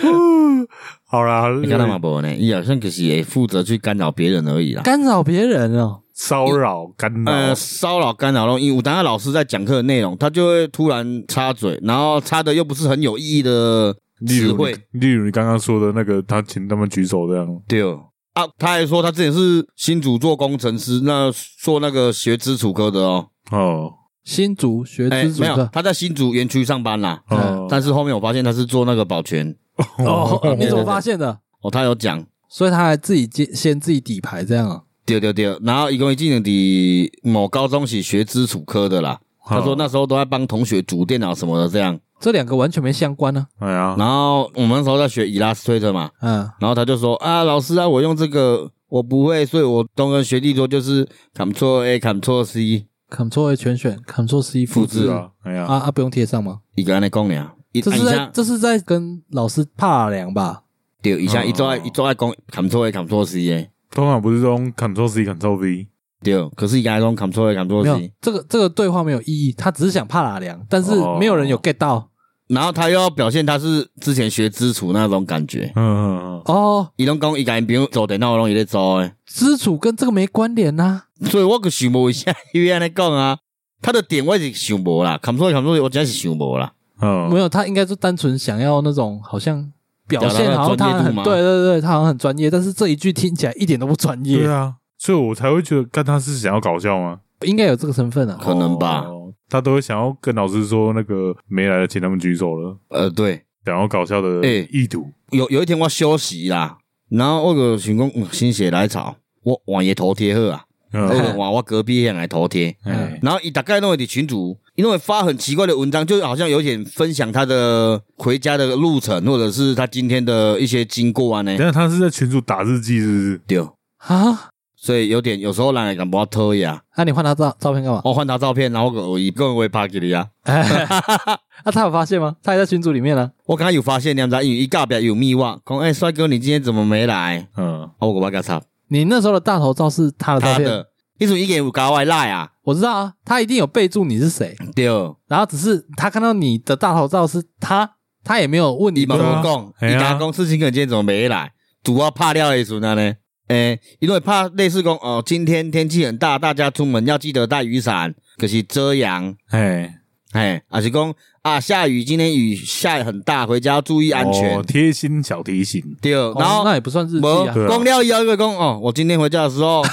Speaker 2: 好啦，
Speaker 3: 你看到嘛不呢？伊好像可是也负责去干扰别人而已啦。
Speaker 1: 干扰别人哦，
Speaker 2: 骚扰、干扰，
Speaker 3: 呃，骚扰、干扰咯，因为我当下老师在讲课的内容，他就会突然插嘴，然后插的又不是很有意义的
Speaker 2: 例
Speaker 3: 词
Speaker 2: 如
Speaker 3: 汇
Speaker 2: 你，，例如你刚刚说的那个，他请他们举手这样，
Speaker 3: 对哦。啊，他还说他之前是新竹做工程师，那做那个学基础科的哦。
Speaker 2: 哦
Speaker 1: 新竹学
Speaker 3: 哎、
Speaker 1: 资主
Speaker 3: 没有，
Speaker 1: 的
Speaker 3: 他在新竹园区上班啦。
Speaker 2: 哦，
Speaker 3: 但是后面我发现呃他是做那个保全
Speaker 1: 哦，你怎么
Speaker 3: 对对对
Speaker 1: 发现的？
Speaker 3: 哦，他有讲，
Speaker 1: 所以他还自己接先自己底牌这样啊？
Speaker 3: 对对对。然后一共一技能的某高中是学基础科的啦。他
Speaker 2: 哦
Speaker 3: 说那时候都在帮同学组电脑什么的这样。
Speaker 1: 这两个完全没相关啊呢、
Speaker 2: 哎呀，
Speaker 3: 然后我们那时候在学 Illustrator 嘛，
Speaker 1: 啊。
Speaker 3: 然后他就说啊，老师啊，我用这个我不会，所以我都跟学弟说就是 Ctrl A Ctrl C
Speaker 1: 嗯，Ctrl 全选，Ctrl C 复
Speaker 3: 复
Speaker 2: 是
Speaker 1: 制
Speaker 3: 制
Speaker 2: 啊，哎呀，
Speaker 1: 啊啊，不用贴上吗？
Speaker 3: 一个安尼讲啊俩，一
Speaker 1: 这
Speaker 3: 按
Speaker 1: 是
Speaker 3: 一
Speaker 1: 在
Speaker 3: 下
Speaker 1: 这是在跟老师怕凉吧？
Speaker 3: 对，以下
Speaker 2: 哦
Speaker 3: 一周爱一周爱讲 Ctrl A Ctrl C 诶，
Speaker 2: 通常不是用 Ctrl C Ctrl V，
Speaker 3: 对，可是伊刚才讲 Ctrl A
Speaker 1: 没
Speaker 3: Ctrl
Speaker 1: 有
Speaker 3: C，，
Speaker 1: 这个这个对话没有意义，他只是想怕拉凉，但是
Speaker 2: 哦
Speaker 1: 没有人有 get 到
Speaker 3: 然后他又要表现他是之前学基础那种感觉，
Speaker 2: 嗯，
Speaker 1: 哦。
Speaker 3: 伊拢讲伊家己朋友做电脑拢伊咧做诶，
Speaker 1: 知楚跟这个没关联啊呐、
Speaker 3: 所以我个想无一下，伊安尼讲啊，他的点我是想无啦，Ctrl A Ctrl C 我真的是想无啦，
Speaker 1: 没
Speaker 2: 嗯，
Speaker 1: 有，他应该就单纯想要那种好像表现，好
Speaker 3: 表达
Speaker 1: 像
Speaker 3: 专业
Speaker 1: 他
Speaker 3: 度
Speaker 1: 很
Speaker 3: 吗
Speaker 1: 对对对，他好像很专业，但是这一句听起来一点都不专
Speaker 2: 对
Speaker 1: 业，
Speaker 2: 啊，所以我才会觉得，干他是想要搞笑吗？
Speaker 1: 应该有这个成分啊。
Speaker 3: 可能吧
Speaker 2: 哦他都会想要跟老师说那个没来的，请他们举手了，
Speaker 3: 呃，对，
Speaker 2: 想要搞笑的
Speaker 3: 哎
Speaker 2: 意图，
Speaker 3: 有有一 天我休息啦，然后我就想讲、嗯心血来潮，我换一个头贴好啊，
Speaker 2: 嗯哎
Speaker 3: 我就往我隔壁向来头贴。
Speaker 1: 嗯
Speaker 3: 然后伊大概弄会伫群主，因为发很奇怪的文章，就好像有点分享他的回家的路程，或者是他今天的一些经过啊呢
Speaker 2: 等。一下他是在群主打日记，是不是？
Speaker 3: 对，
Speaker 1: 啊，所
Speaker 3: 所以有点有时候人会感觉讨厌。
Speaker 1: 那、你换他照照片干嘛？
Speaker 3: 我换他照片，然后我伊个人会拍给你啊。
Speaker 1: 那、啊他有发现吗？他也在群组里面啊呢、
Speaker 3: 我刚刚有发现，你知道，因为伊隔壁有密话，讲哎，欸帅、哥，你今天怎么没来？
Speaker 2: 嗯，
Speaker 3: 啊，我给我给他插
Speaker 1: 你那时候的大头照是他的照
Speaker 3: 他
Speaker 1: 片，
Speaker 3: 的，你怎么一个人有搞外赖啊？
Speaker 1: 我知道啊，他一定有备注你是谁，
Speaker 3: 对，
Speaker 1: 然后只是他看到你的大头照是他，他也没有问
Speaker 3: 伊
Speaker 1: 你
Speaker 3: 嘛
Speaker 1: 们
Speaker 2: 对啊
Speaker 3: 无讲，
Speaker 2: 嘿啊
Speaker 3: 伊甲讲事情哥你今天怎么没来？拄啊拍了的时阵呢，哎诶、因为怕类似讲哦，今天天气很大，大家出门要记得带雨伞，可、是遮阳，
Speaker 2: 哎，
Speaker 3: 哎，还是讲啊下雨，今天雨下很大，回家要注意安全。
Speaker 2: 哦贴心小提醒，
Speaker 3: 对，
Speaker 1: 哦
Speaker 3: 然后
Speaker 1: 那也不算日记
Speaker 3: 无
Speaker 1: 啊，
Speaker 2: 对啊
Speaker 3: 公料幺个公哦，我今天回家的时候，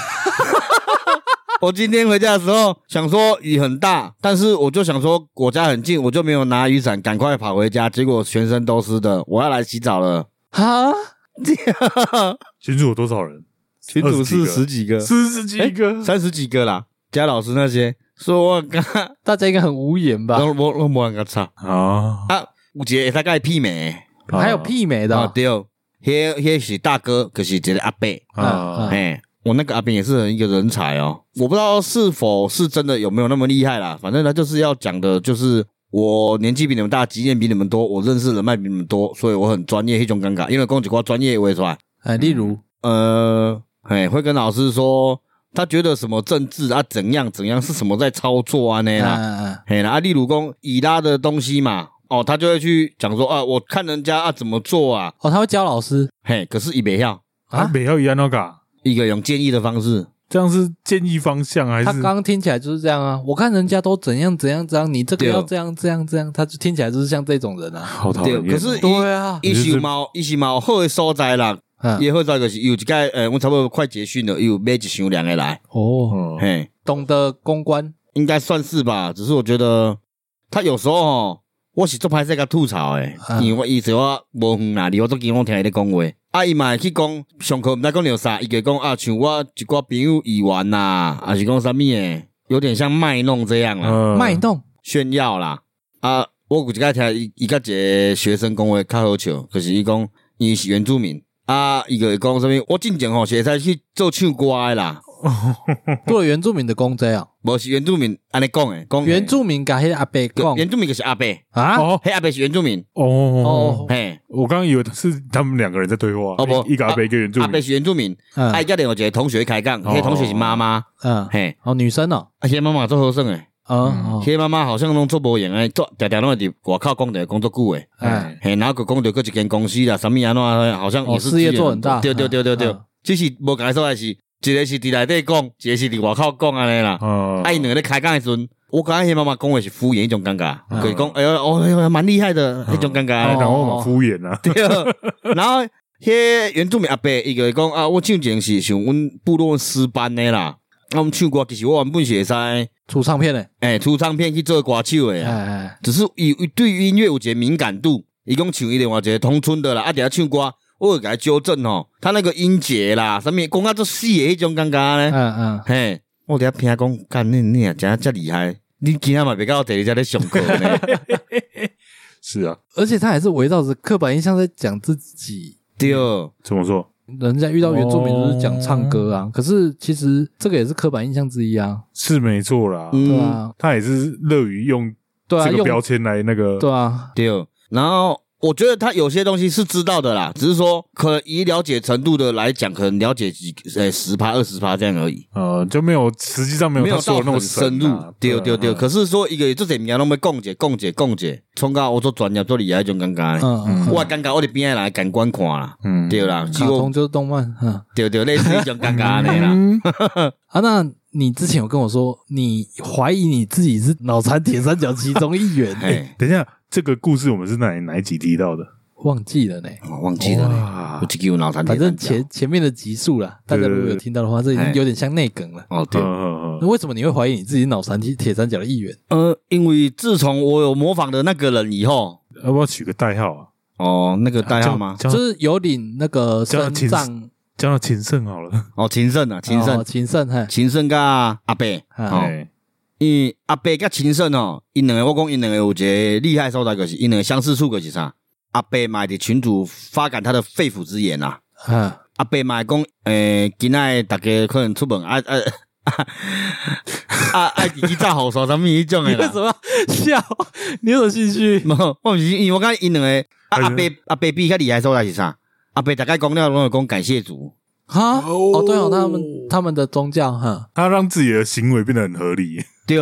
Speaker 3: 我今天回家的时候想说雨很大，但是我就想说我家很近，我就没有拿雨伞，赶快跑回家，结果全身都湿的，我要来洗澡了。
Speaker 1: 哈，
Speaker 2: 群主有多少人？
Speaker 3: 群
Speaker 2: 主是十
Speaker 3: 几个哎
Speaker 2: 四十几个，
Speaker 3: 三十几个啦，加老师那些，说我刚，
Speaker 1: 大家应该很无言吧？
Speaker 3: 我我我没人个差，
Speaker 2: 啊，
Speaker 3: 有一个大概媲美
Speaker 2: 啊
Speaker 1: 还有媲美的
Speaker 3: 的，啊
Speaker 1: 哦、
Speaker 3: 对，迄迄是大哥，可、是一个阿伯。
Speaker 1: 啊
Speaker 2: 啊，
Speaker 3: 哎，我那个阿斌也是一个人才哦，我不知道是否是真的有没有那么厉害啦。反正他就是要讲的，就是我年纪比你们大，经验比你们多，我认识人脉比你们多，所以我很专业，那种尴尬。因为公子瓜专业为出来，
Speaker 1: 哎，例如
Speaker 3: 呃，哎，会跟老师说他觉得什么政治啊，怎样怎样是什么在操作啊那
Speaker 1: 嗯
Speaker 3: 啦。
Speaker 1: 嗯嗯
Speaker 3: 嘿啦，啊，例如公以拉的东西嘛，哦，他就会去讲说啊，我看人家啊怎么做啊，
Speaker 1: 哦，他会教老师
Speaker 3: 嘿，可是以北要
Speaker 2: 啊，
Speaker 1: 啊，
Speaker 2: 北要一样那个，
Speaker 3: 一个用建议的方式，
Speaker 2: 这样是建议方向还
Speaker 1: 他
Speaker 2: 是？
Speaker 1: 刚刚听起来就是这样啊。我看人家都怎样怎样怎样，你这个
Speaker 3: 对哦
Speaker 1: 要这样这样这样，他就听起来就是像这种人啊。
Speaker 2: 好讨
Speaker 3: 对
Speaker 2: 厌，，
Speaker 3: 可是以
Speaker 1: 对啊，
Speaker 3: 伊是有嘛有，伊是嘛有好诶所在啦，
Speaker 1: 嗯，
Speaker 3: 伊好在就是有一届，诶、阮差不多快结训了，伊有买一箱两个来，
Speaker 1: 哦，
Speaker 2: 嗯，
Speaker 3: 嘿，
Speaker 1: 懂得公关，
Speaker 3: 应该算是吧。只是我觉得他有时候吼，我是做歹势甲吐槽诶，
Speaker 1: 啊
Speaker 3: 因为我伊是我无远啦，离我做经我听伊咧讲话。啊，伊嘛会去讲上课，毋知讲了啥，伊就讲啊，像我一寡朋友议员啦，啊是讲啥物诶，有点像卖弄这样啦，
Speaker 2: 嗯
Speaker 1: 脉动
Speaker 3: 炫耀啦。啊，我有一届听伊伊甲一个学生讲话较好笑，就是伊讲伊是原住民。啊，伊就会讲啥物？我进前吼是会使去做唱歌诶啦，
Speaker 1: 做了原住民的公仔 啊，
Speaker 3: 无是原住民安尼讲诶，讲
Speaker 1: 原住民甲迄阿伯
Speaker 3: 就
Speaker 1: 讲
Speaker 3: 原住民就是阿伯，
Speaker 1: 啊，
Speaker 2: 哦
Speaker 3: 嘿阿伯是原住民，
Speaker 2: 哦
Speaker 1: 哦，
Speaker 3: 嘿
Speaker 2: 我刚刚以为是他们两个人在对话，
Speaker 3: 哦不啊
Speaker 2: 一一个阿北一个原住
Speaker 3: 阿伯
Speaker 2: 民，
Speaker 3: 是原住民，
Speaker 1: 嗯
Speaker 3: 啊伊甲另外一个同学开讲，
Speaker 2: 哦
Speaker 3: 迄同学是妈妈，
Speaker 1: 嗯，
Speaker 3: 嘿，
Speaker 1: 哦，女生哦，
Speaker 3: 啊迄妈妈做好耍诶，
Speaker 1: 啊哦，
Speaker 3: 迄妈妈好像拢做无闲诶，做常常拢会伫外口讲着工作久诶，
Speaker 1: 哎，
Speaker 3: 嘿，然后佮讲着佮一间公司啦，啥物安怎安怎，好像也
Speaker 1: 哦，
Speaker 3: 是
Speaker 1: 事业
Speaker 3: 资源
Speaker 1: 做很大，
Speaker 3: 对对对对对
Speaker 1: 嗯，
Speaker 3: 只是无解说诶是，一个是伫内底讲，一个是伫外口讲安尼啦，
Speaker 1: 哦
Speaker 2: 嗯
Speaker 3: 啊，伊两个咧开讲的时阵，我感觉迄妈妈讲话是敷衍迄种尴尬，
Speaker 2: 嗯
Speaker 3: 就是讲哎呦哦，哎呦蛮厉害的迄种尴
Speaker 2: 哎
Speaker 3: 尬
Speaker 1: 哦。
Speaker 2: 然后嘛敷衍啊，
Speaker 3: 对，然后迄原住民阿伯伊就会讲啊，我唱前是像阮部落诗班的啦，啊，阮唱歌其实我原本是会使
Speaker 1: 出唱片嘞，
Speaker 3: 诶出唱片去做歌手
Speaker 1: 哎
Speaker 3: 的啊，
Speaker 1: 哎，
Speaker 3: 只是伊伊对于音乐有一个敏感度，伊讲像伊另外一个同村的啦，啊，底下唱歌。我会给他纠正吼，他那个音节啦，啥物讲到做死的迄种感觉呢
Speaker 1: 嗯？嗯，
Speaker 3: 嘿，我伫遐听讲，干你你也真真厉害，你今仔嘛别到第二只咧上课呢。
Speaker 2: 是啊，
Speaker 1: 而且他还是围绕着刻板印象在讲自己。
Speaker 3: 对，
Speaker 2: 怎么说？
Speaker 1: 人家遇到原住民就是讲唱歌啊，可是其实这个也是刻板印象之一啊，
Speaker 2: 是没错啦，
Speaker 3: 嗯
Speaker 1: 对啊，
Speaker 2: 他也是乐于用
Speaker 1: 对啊，
Speaker 2: 这个
Speaker 1: 用
Speaker 2: 标签来那个，
Speaker 1: 对啊，
Speaker 3: 对，然后我觉得他有些东西是知道的啦，只是说可能以了解程度的来讲，可能了解几呃十趴二十趴这样而已，
Speaker 2: 呃，就没有实际上没有
Speaker 3: 没有
Speaker 2: 他说
Speaker 3: 到
Speaker 2: 的那么
Speaker 3: 很深入。
Speaker 2: 啊
Speaker 3: 对对对，
Speaker 2: 啊
Speaker 3: 可是说一个这些物件拢要讲解讲解讲解，冲到我做专业做厉害种感觉呢。
Speaker 1: 嗯嗯，
Speaker 3: 我感觉我伫边仔来感官看啦，
Speaker 2: 嗯
Speaker 3: 对啊啦，只
Speaker 1: 卡
Speaker 3: 有
Speaker 1: 通就是动漫，嗯
Speaker 3: 对对类似一种感觉安尼啦。
Speaker 2: 嗯
Speaker 1: 啊，那你之前有跟我说，你怀疑你自己是脑残铁三角其中一员， 欸
Speaker 3: 嘿，
Speaker 2: 等一下，这个故事我们是哪哪一集提到的？
Speaker 1: 忘记了呢。
Speaker 3: 我忘记了呢，
Speaker 2: 哇
Speaker 3: 我只有脑残铁
Speaker 1: 反
Speaker 3: 三角。
Speaker 1: 正前前面的集数啦，大家如果有听到的话，这已经有点像内梗了。
Speaker 3: 哦
Speaker 2: 嗯
Speaker 3: 对，
Speaker 2: 嗯
Speaker 1: 那
Speaker 2: 嗯
Speaker 1: 为什么你会怀疑你自己是脑残铁铁三角的一员？
Speaker 3: 呃，因为自从我有模仿的那个人以后，
Speaker 2: 要不要取个代号啊？啊
Speaker 3: 哦，那个代号吗？
Speaker 2: 叫
Speaker 1: 就是有领那个身哦
Speaker 2: 叫请
Speaker 1: 障
Speaker 2: 讲到情圣好了，
Speaker 3: 哦，秦胜啊，秦胜
Speaker 1: 哦，情圣，嘿，
Speaker 3: 秦胜甲阿伯，
Speaker 1: 嗯
Speaker 3: 哦，
Speaker 4: 哎，
Speaker 3: 因为阿伯甲秦胜哦，因两个我讲因两个有一个厉害所在，就是因两个相似处就是啥？阿伯嘛会伫群主发感他的肺腑之言啊。
Speaker 1: 嗯，
Speaker 3: 阿伯嘛会讲，诶、今仔大家可能出门啊啊啊啊，自己炸好说啥物迄种
Speaker 1: 你
Speaker 3: 诶
Speaker 1: 为 什
Speaker 3: 啦。
Speaker 1: 么笑？你有什么兴趣？
Speaker 3: 无，我毋是因为我感觉因两个啊
Speaker 2: 哎
Speaker 3: 阿
Speaker 2: 呀
Speaker 3: 伯阿伯比较厉害所在是啥？阿伯大概讲了拢会讲感谢主，
Speaker 1: 哈，哦，对哦，他们
Speaker 2: 哦
Speaker 1: 他们的宗教，哈，
Speaker 2: 他让自己的行为变得很合理。
Speaker 3: 对。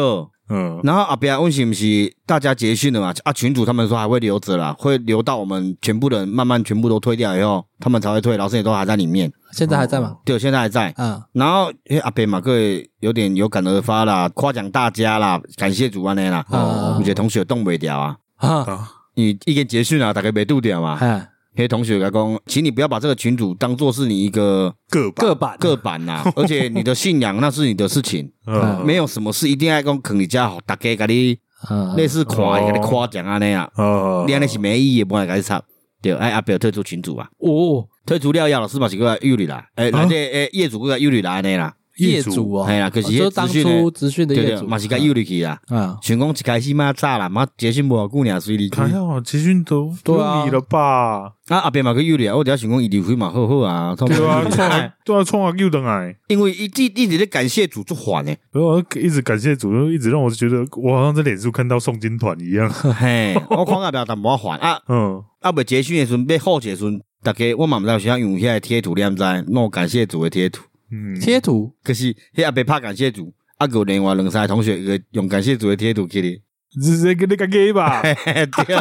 Speaker 2: 嗯，
Speaker 3: 然后阿伯啊问是毋是大家结训了嘛？啊，群主他们说还会留着啦，会留到我们全部人慢慢全部都退掉以后，他们才会退，老师也都还在里面。
Speaker 1: 现在还在吗？
Speaker 3: 对，现在还在。
Speaker 1: 嗯，
Speaker 3: 然后因为阿伯嘛，各位有点有感而发啦，夸奖大家啦，感谢主安尼啦。
Speaker 1: 哦
Speaker 3: 哦，有些同学动袂掉啊，
Speaker 1: 哈，
Speaker 2: 啊，
Speaker 3: 你已经结训啊，大概袂度掉嘛。
Speaker 1: 哎，
Speaker 3: 黑同学甲讲，请你不要把这个群主当做是你一个
Speaker 2: 个吧，
Speaker 1: 各版
Speaker 3: 个版呐、而且你的信仰那是你的事情，
Speaker 2: 嗯
Speaker 3: 没有什么事一定要讲肯你家好，大家甲你
Speaker 1: 嗯，
Speaker 3: 类似
Speaker 2: 哦
Speaker 3: 夸甲你夸奖安尼啊，
Speaker 2: 哦
Speaker 3: 你安尼是没意义的，不然甲你插。对，哎，阿表退出群主啊，
Speaker 1: 哦，
Speaker 3: 退出了以后，老师嘛是过来又你啦，哎，
Speaker 2: 啊
Speaker 3: 来这哎业主过来又你啦安尼啦，
Speaker 1: 业主哦，
Speaker 3: 哎啦，可是
Speaker 1: 就
Speaker 3: 那
Speaker 1: 是当
Speaker 3: 资讯呢
Speaker 1: 初资讯的
Speaker 3: 对
Speaker 1: 业
Speaker 3: 对，
Speaker 1: 主
Speaker 3: 嘛是甲又你去啦，
Speaker 1: 嗯，
Speaker 3: 想讲一开始嘛早啦，嘛捷讯无偌久尔，所以离开
Speaker 2: 还。好，集训啊都
Speaker 1: 对啊
Speaker 2: 都你了吧？
Speaker 3: 啊，阿伯嘛去又你啊，我只要想讲伊离开嘛好好啊， 对
Speaker 2: 对啊，
Speaker 4: 对
Speaker 2: 创啊对啊，创啊又等来。
Speaker 3: 因为伊一一直咧感谢主做还呢，
Speaker 2: 然后啊一直感谢主，就一直让我觉得我好像在脸书看到诵经团一样。
Speaker 3: 嘿，哦我看阿表淡薄仔还啊，
Speaker 2: 嗯，
Speaker 3: 啊，未结训的时阵，要好结训，大家我嘛毋知有啥用遐个贴图，你也毋知，弄感谢主的贴图，
Speaker 2: 嗯，
Speaker 1: 贴图
Speaker 3: 可是迄阿伯拍感谢主，啊，还有另外两三个同学个用感谢主的贴图去哩，
Speaker 2: 是这个那个 gay 吧？
Speaker 3: 嘿 嘿对，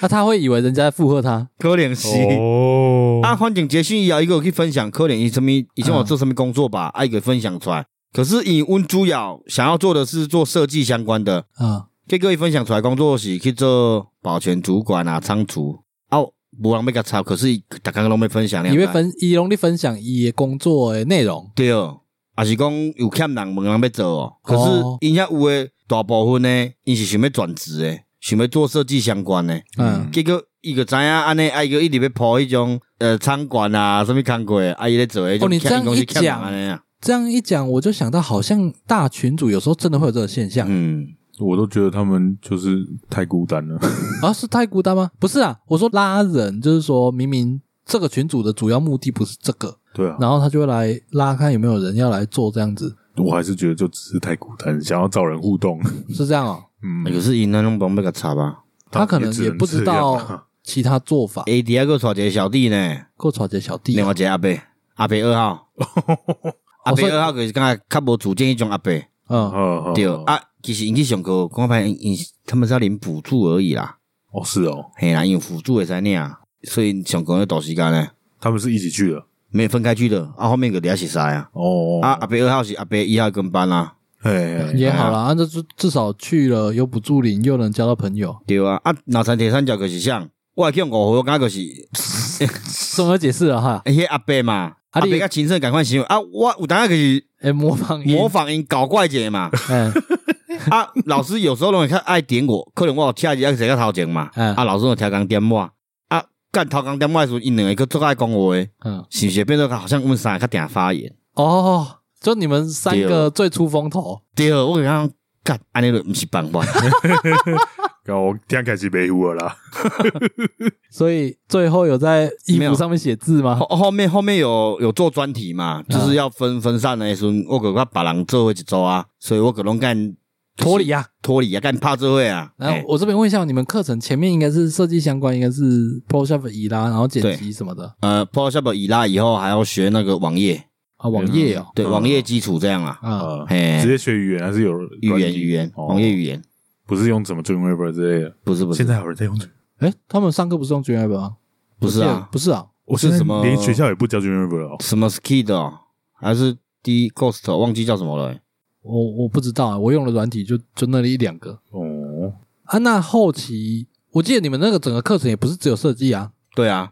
Speaker 1: 那他会以为人家在附和他，
Speaker 3: 可能是。
Speaker 2: 哦，
Speaker 3: 啊，反正结训以后，伊个有去分享可能伊什么，以
Speaker 1: 嗯
Speaker 3: 前我做什么工作吧，啊，伊个分享出来。可是以温主要想要做的是做设计相关的，
Speaker 1: 嗯，
Speaker 3: 结果伊分享出来工作是去做保全主管啊、仓储啊，无人要甲抄，可是伊逐工拢要分享了。
Speaker 1: 你会分伊容易分享伊的工作的内容，
Speaker 3: 对，也是讲有欠人问人要做哦。可是
Speaker 1: 哦
Speaker 3: 因遐有诶大部分呢，因是想要转职诶，想要做设计相关诶。
Speaker 1: 嗯，
Speaker 3: 结果伊个知影安尼，啊伊个一直要抱迄种呃餐馆啊，什么工过，啊伊咧做诶，
Speaker 1: 哦你这样
Speaker 3: 讲
Speaker 1: 一
Speaker 3: 是欠人
Speaker 1: 讲
Speaker 3: 安尼啊。
Speaker 1: 这样一讲，我就想到好像大群主有时候真的会有这个现象
Speaker 3: 嗯，
Speaker 2: 我都觉得他们就是太孤单了。
Speaker 1: 啊，是太孤单吗？不是啊，我说拉人就是说明明这个群主的主要目的不是这个，
Speaker 2: 对啊，
Speaker 1: 然后他就会来拉看有没有人要来做这样子，
Speaker 2: 我还是觉得就只是太孤单，想要找人互动。
Speaker 1: 是这样哦。
Speaker 2: 嗯，
Speaker 3: 可是因那拢帮要甲插吧。
Speaker 1: 他可能也不知
Speaker 2: 也只能这样
Speaker 1: 道
Speaker 2: 啊
Speaker 1: 其他做法。
Speaker 3: A D 啊，个带一个小弟呢，
Speaker 1: 够吵架小弟
Speaker 3: 另
Speaker 1: 啊，
Speaker 3: 外一个阿伯，阿伯 二号，阿伯
Speaker 1: 哦所以
Speaker 3: 二号就是刚才较无主见迄种阿伯。
Speaker 1: 嗯，
Speaker 2: 哦
Speaker 3: 对
Speaker 2: 哦
Speaker 3: 啊，其实因去上课，我发现因他们是要领补助而已啦。
Speaker 2: 哦是哦，
Speaker 3: 嘿啦，因为辅助会使领，啊所以上课要短时间呢，
Speaker 2: 他们是一起去的。
Speaker 3: 没有分开去的。啊，后面个底下是啥呀？
Speaker 2: 哦，
Speaker 3: 啊，阿伯二号是阿伯一号跟班啊，
Speaker 2: 哎，
Speaker 1: 也好啦，啊，这至至少去了有补助领，又能交到朋友，
Speaker 3: 对啊。啊，脑残铁三角就是像，我还去误会，我感觉就是
Speaker 1: 综合解释了哈。
Speaker 3: 迄阿伯嘛，
Speaker 1: 啊
Speaker 3: 阿
Speaker 1: 你
Speaker 3: 伯甲秦胜赶快行为啊，我有当下就是
Speaker 1: 哎，模仿音
Speaker 3: 模，仿因搞怪者嘛。
Speaker 1: 嗯，
Speaker 3: 啊，老师有时候拢会较爱点我，可能我有车子啊，坐较头前嘛。
Speaker 1: 嗯
Speaker 3: 啊，老师有超工点我，啊，干超工点我的时候，因两个佫做爱讲话的。
Speaker 1: 嗯，
Speaker 3: 是不是变做好像阮三个较定发言？
Speaker 1: 哦，就你们三
Speaker 3: 对
Speaker 1: 个
Speaker 3: 哦
Speaker 1: 最出风头，
Speaker 3: 对，我感觉干安尼就毋是办法。
Speaker 2: 然后我听开始没有了啦。
Speaker 1: 所以最后有在衣服
Speaker 3: 没有哦
Speaker 1: 上面写字吗？
Speaker 3: 后后面后面有有做专题
Speaker 1: 嗯
Speaker 3: 嘛，就是要分分散的时阵，我可甲别人做伙一组啊，所以我可拢干
Speaker 1: 脱离啊。
Speaker 3: 脱离啊，干拍做伙啊。
Speaker 1: 然
Speaker 3: 嘿
Speaker 1: 后我这边问一下，你们课程前面应该是设计相关，应该是 Photoshop 移啦，然后剪辑什么的
Speaker 3: 呃 p o s h o p 以拉以后还要学那个网页，
Speaker 1: 啊，网页哦，
Speaker 3: 对
Speaker 2: 嗯
Speaker 3: 网页基础这样啊，
Speaker 1: 啊，
Speaker 2: 啊，
Speaker 3: 嘿
Speaker 2: 直接学语言还是有
Speaker 3: 语
Speaker 2: 软
Speaker 3: 言
Speaker 2: 体
Speaker 3: 语言
Speaker 2: 哦
Speaker 3: 网页语言，
Speaker 2: 不是用什么 Dreamweaver 之类的。
Speaker 3: 不是不
Speaker 2: 现
Speaker 3: 是
Speaker 2: 在有人在用这，
Speaker 1: 哎，他们上课不是用 Dreamweaver 吗？
Speaker 3: 不是啊，
Speaker 1: 不是啊，
Speaker 2: 我
Speaker 3: 是
Speaker 2: 现在
Speaker 3: 什么
Speaker 2: 连学校也不教 Dreamweaver 了哦。
Speaker 3: 什么 Skid 哦，还是 D Ghost 忘记叫什么了欸。
Speaker 1: 我我不知道啊，我用的软体就就那里一两个
Speaker 2: 哦，
Speaker 1: 啊。那后期我记得你们那个整个课程也不是只有设计啊，
Speaker 3: 对啊，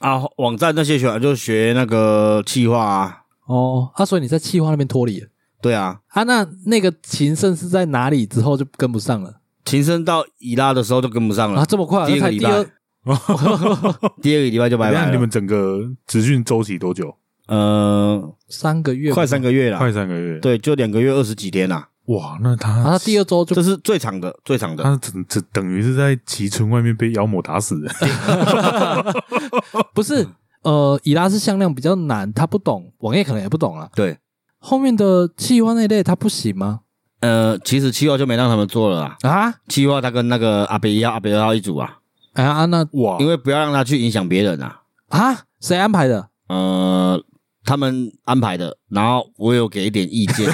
Speaker 3: 啊，网站那些学就学那个企划啊，
Speaker 1: 哦，啊，所以你在企划那边脱离了
Speaker 3: 对啊。
Speaker 1: 啊。那那个琴圣是在哪里之后就跟不上了
Speaker 3: 秦升到伊拉的时候就跟不上了，
Speaker 1: 啊？这么快，
Speaker 3: 嗯第
Speaker 1: 那才
Speaker 3: 一个礼
Speaker 1: 第
Speaker 3: 拜
Speaker 1: 二，
Speaker 3: 第二个礼拜就拜
Speaker 2: 那
Speaker 3: 拜
Speaker 2: 你
Speaker 3: 了
Speaker 2: 们。整个职训周期多久？
Speaker 3: 呃，
Speaker 1: 三个月，
Speaker 3: 快三，个月了，
Speaker 2: 快三个月，
Speaker 3: 对，就两个月二十几天啦，
Speaker 2: 哇，那
Speaker 1: 然后
Speaker 2: 啊
Speaker 1: 啊
Speaker 2: 他
Speaker 1: 他第二周就
Speaker 3: 这是最长的，最长的。
Speaker 2: 他等等等于是在齐村外面被妖魔打死的，
Speaker 1: 不是，
Speaker 3: 嗯
Speaker 1: 呃，以拉斯向量比较难，他不懂，网页可能也不懂啊。
Speaker 3: 对，
Speaker 1: 后面的企划那一类他不行吗？
Speaker 3: 呃，其实七号就没让他们做了啦。
Speaker 1: 啊，
Speaker 3: 七号他跟那个阿北一号、阿北二号一组啊，
Speaker 1: 哎呀，啊那
Speaker 2: 哇
Speaker 3: 因为不要让他去影响别人啊。
Speaker 1: 啊，谁安排 的？
Speaker 3: 呃，他们安排的，然后我有给一点意见。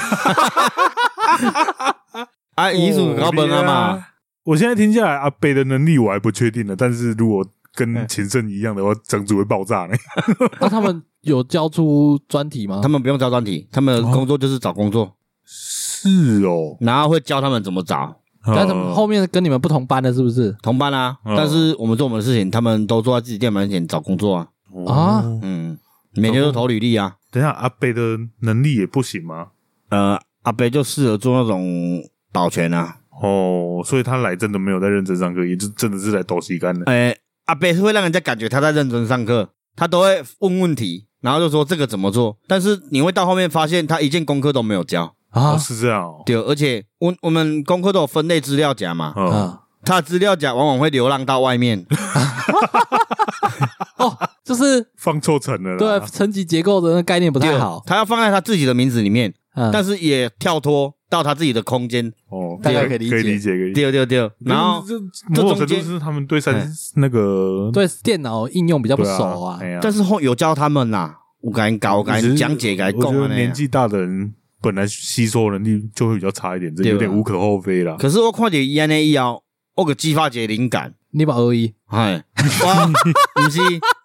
Speaker 3: 啊，遗嘱高本啊
Speaker 2: 哦
Speaker 3: 嘛，！
Speaker 2: 我现在听下来，阿北的能力我还不确定呢，但是如果跟秦胜一样的话，整组会爆炸呢。
Speaker 1: 那他们有交出专题吗
Speaker 3: 他？们不用找专题，他们的工作就是找工作，
Speaker 2: 是哦，
Speaker 3: 然后会教他们怎么找
Speaker 1: 但他
Speaker 3: 呃
Speaker 1: 们后面跟你们不同班的，是不是？
Speaker 3: 同伴啊。
Speaker 2: 嗯
Speaker 3: 但是我们做我们的事情，他们都坐在自己店门前找工作啊。
Speaker 1: 啊
Speaker 2: 哦
Speaker 3: 嗯，每天都投履历啊。
Speaker 2: 等一下，阿北的能力也不行吗？
Speaker 3: 呃，阿北就适合做那种保全啊。
Speaker 2: 哦，所以他来真的没有在认真上课，也就真的是来抖吸干的。
Speaker 3: 哎、阿北是会让人家感觉他在认真上课，他都会问问题，然后就说这个怎么做。但是你会到后面发现他一件功课都没有教，
Speaker 1: 啊
Speaker 2: 哦，是这样哦。
Speaker 3: 对，而且我我们功课都有分类资料夹嘛，
Speaker 2: 嗯，
Speaker 1: 啊，
Speaker 3: 他的资料夹往往会流浪到外面，
Speaker 1: 哦就是
Speaker 2: 放错层了
Speaker 1: 对啊
Speaker 2: 啦。
Speaker 1: 层级结构的那概念不太
Speaker 3: 啊对
Speaker 1: 好，
Speaker 3: 他要放在他自己的名字里面，
Speaker 1: 嗯，
Speaker 3: 但是也跳脱到他自己的空间，
Speaker 2: 哦，
Speaker 1: 大概可以理解
Speaker 2: 可以理解，可以理解。
Speaker 3: 对对对，然后
Speaker 1: 嗯
Speaker 2: 这这某种程度
Speaker 3: 这中间
Speaker 2: 是他们对三
Speaker 3: 哎
Speaker 2: 那个
Speaker 1: 对电脑应用比较不
Speaker 2: 对
Speaker 1: 熟啊
Speaker 2: 哎。呀
Speaker 3: 但是后有教他们啦，我敢搞，我
Speaker 2: 只
Speaker 3: 敢
Speaker 2: 是
Speaker 3: 讲解，敢
Speaker 2: 我
Speaker 3: 讲
Speaker 2: 觉
Speaker 3: 啊
Speaker 2: 得
Speaker 3: 那样
Speaker 2: 年。纪大的人本来吸收能力就会比较差一点，这
Speaker 3: 对吧啊
Speaker 2: 有点无可厚非啦。
Speaker 3: 可是我看到伊安尼以后，我个激发一个灵感，
Speaker 1: 你把而已，
Speaker 3: 哎，我毋是，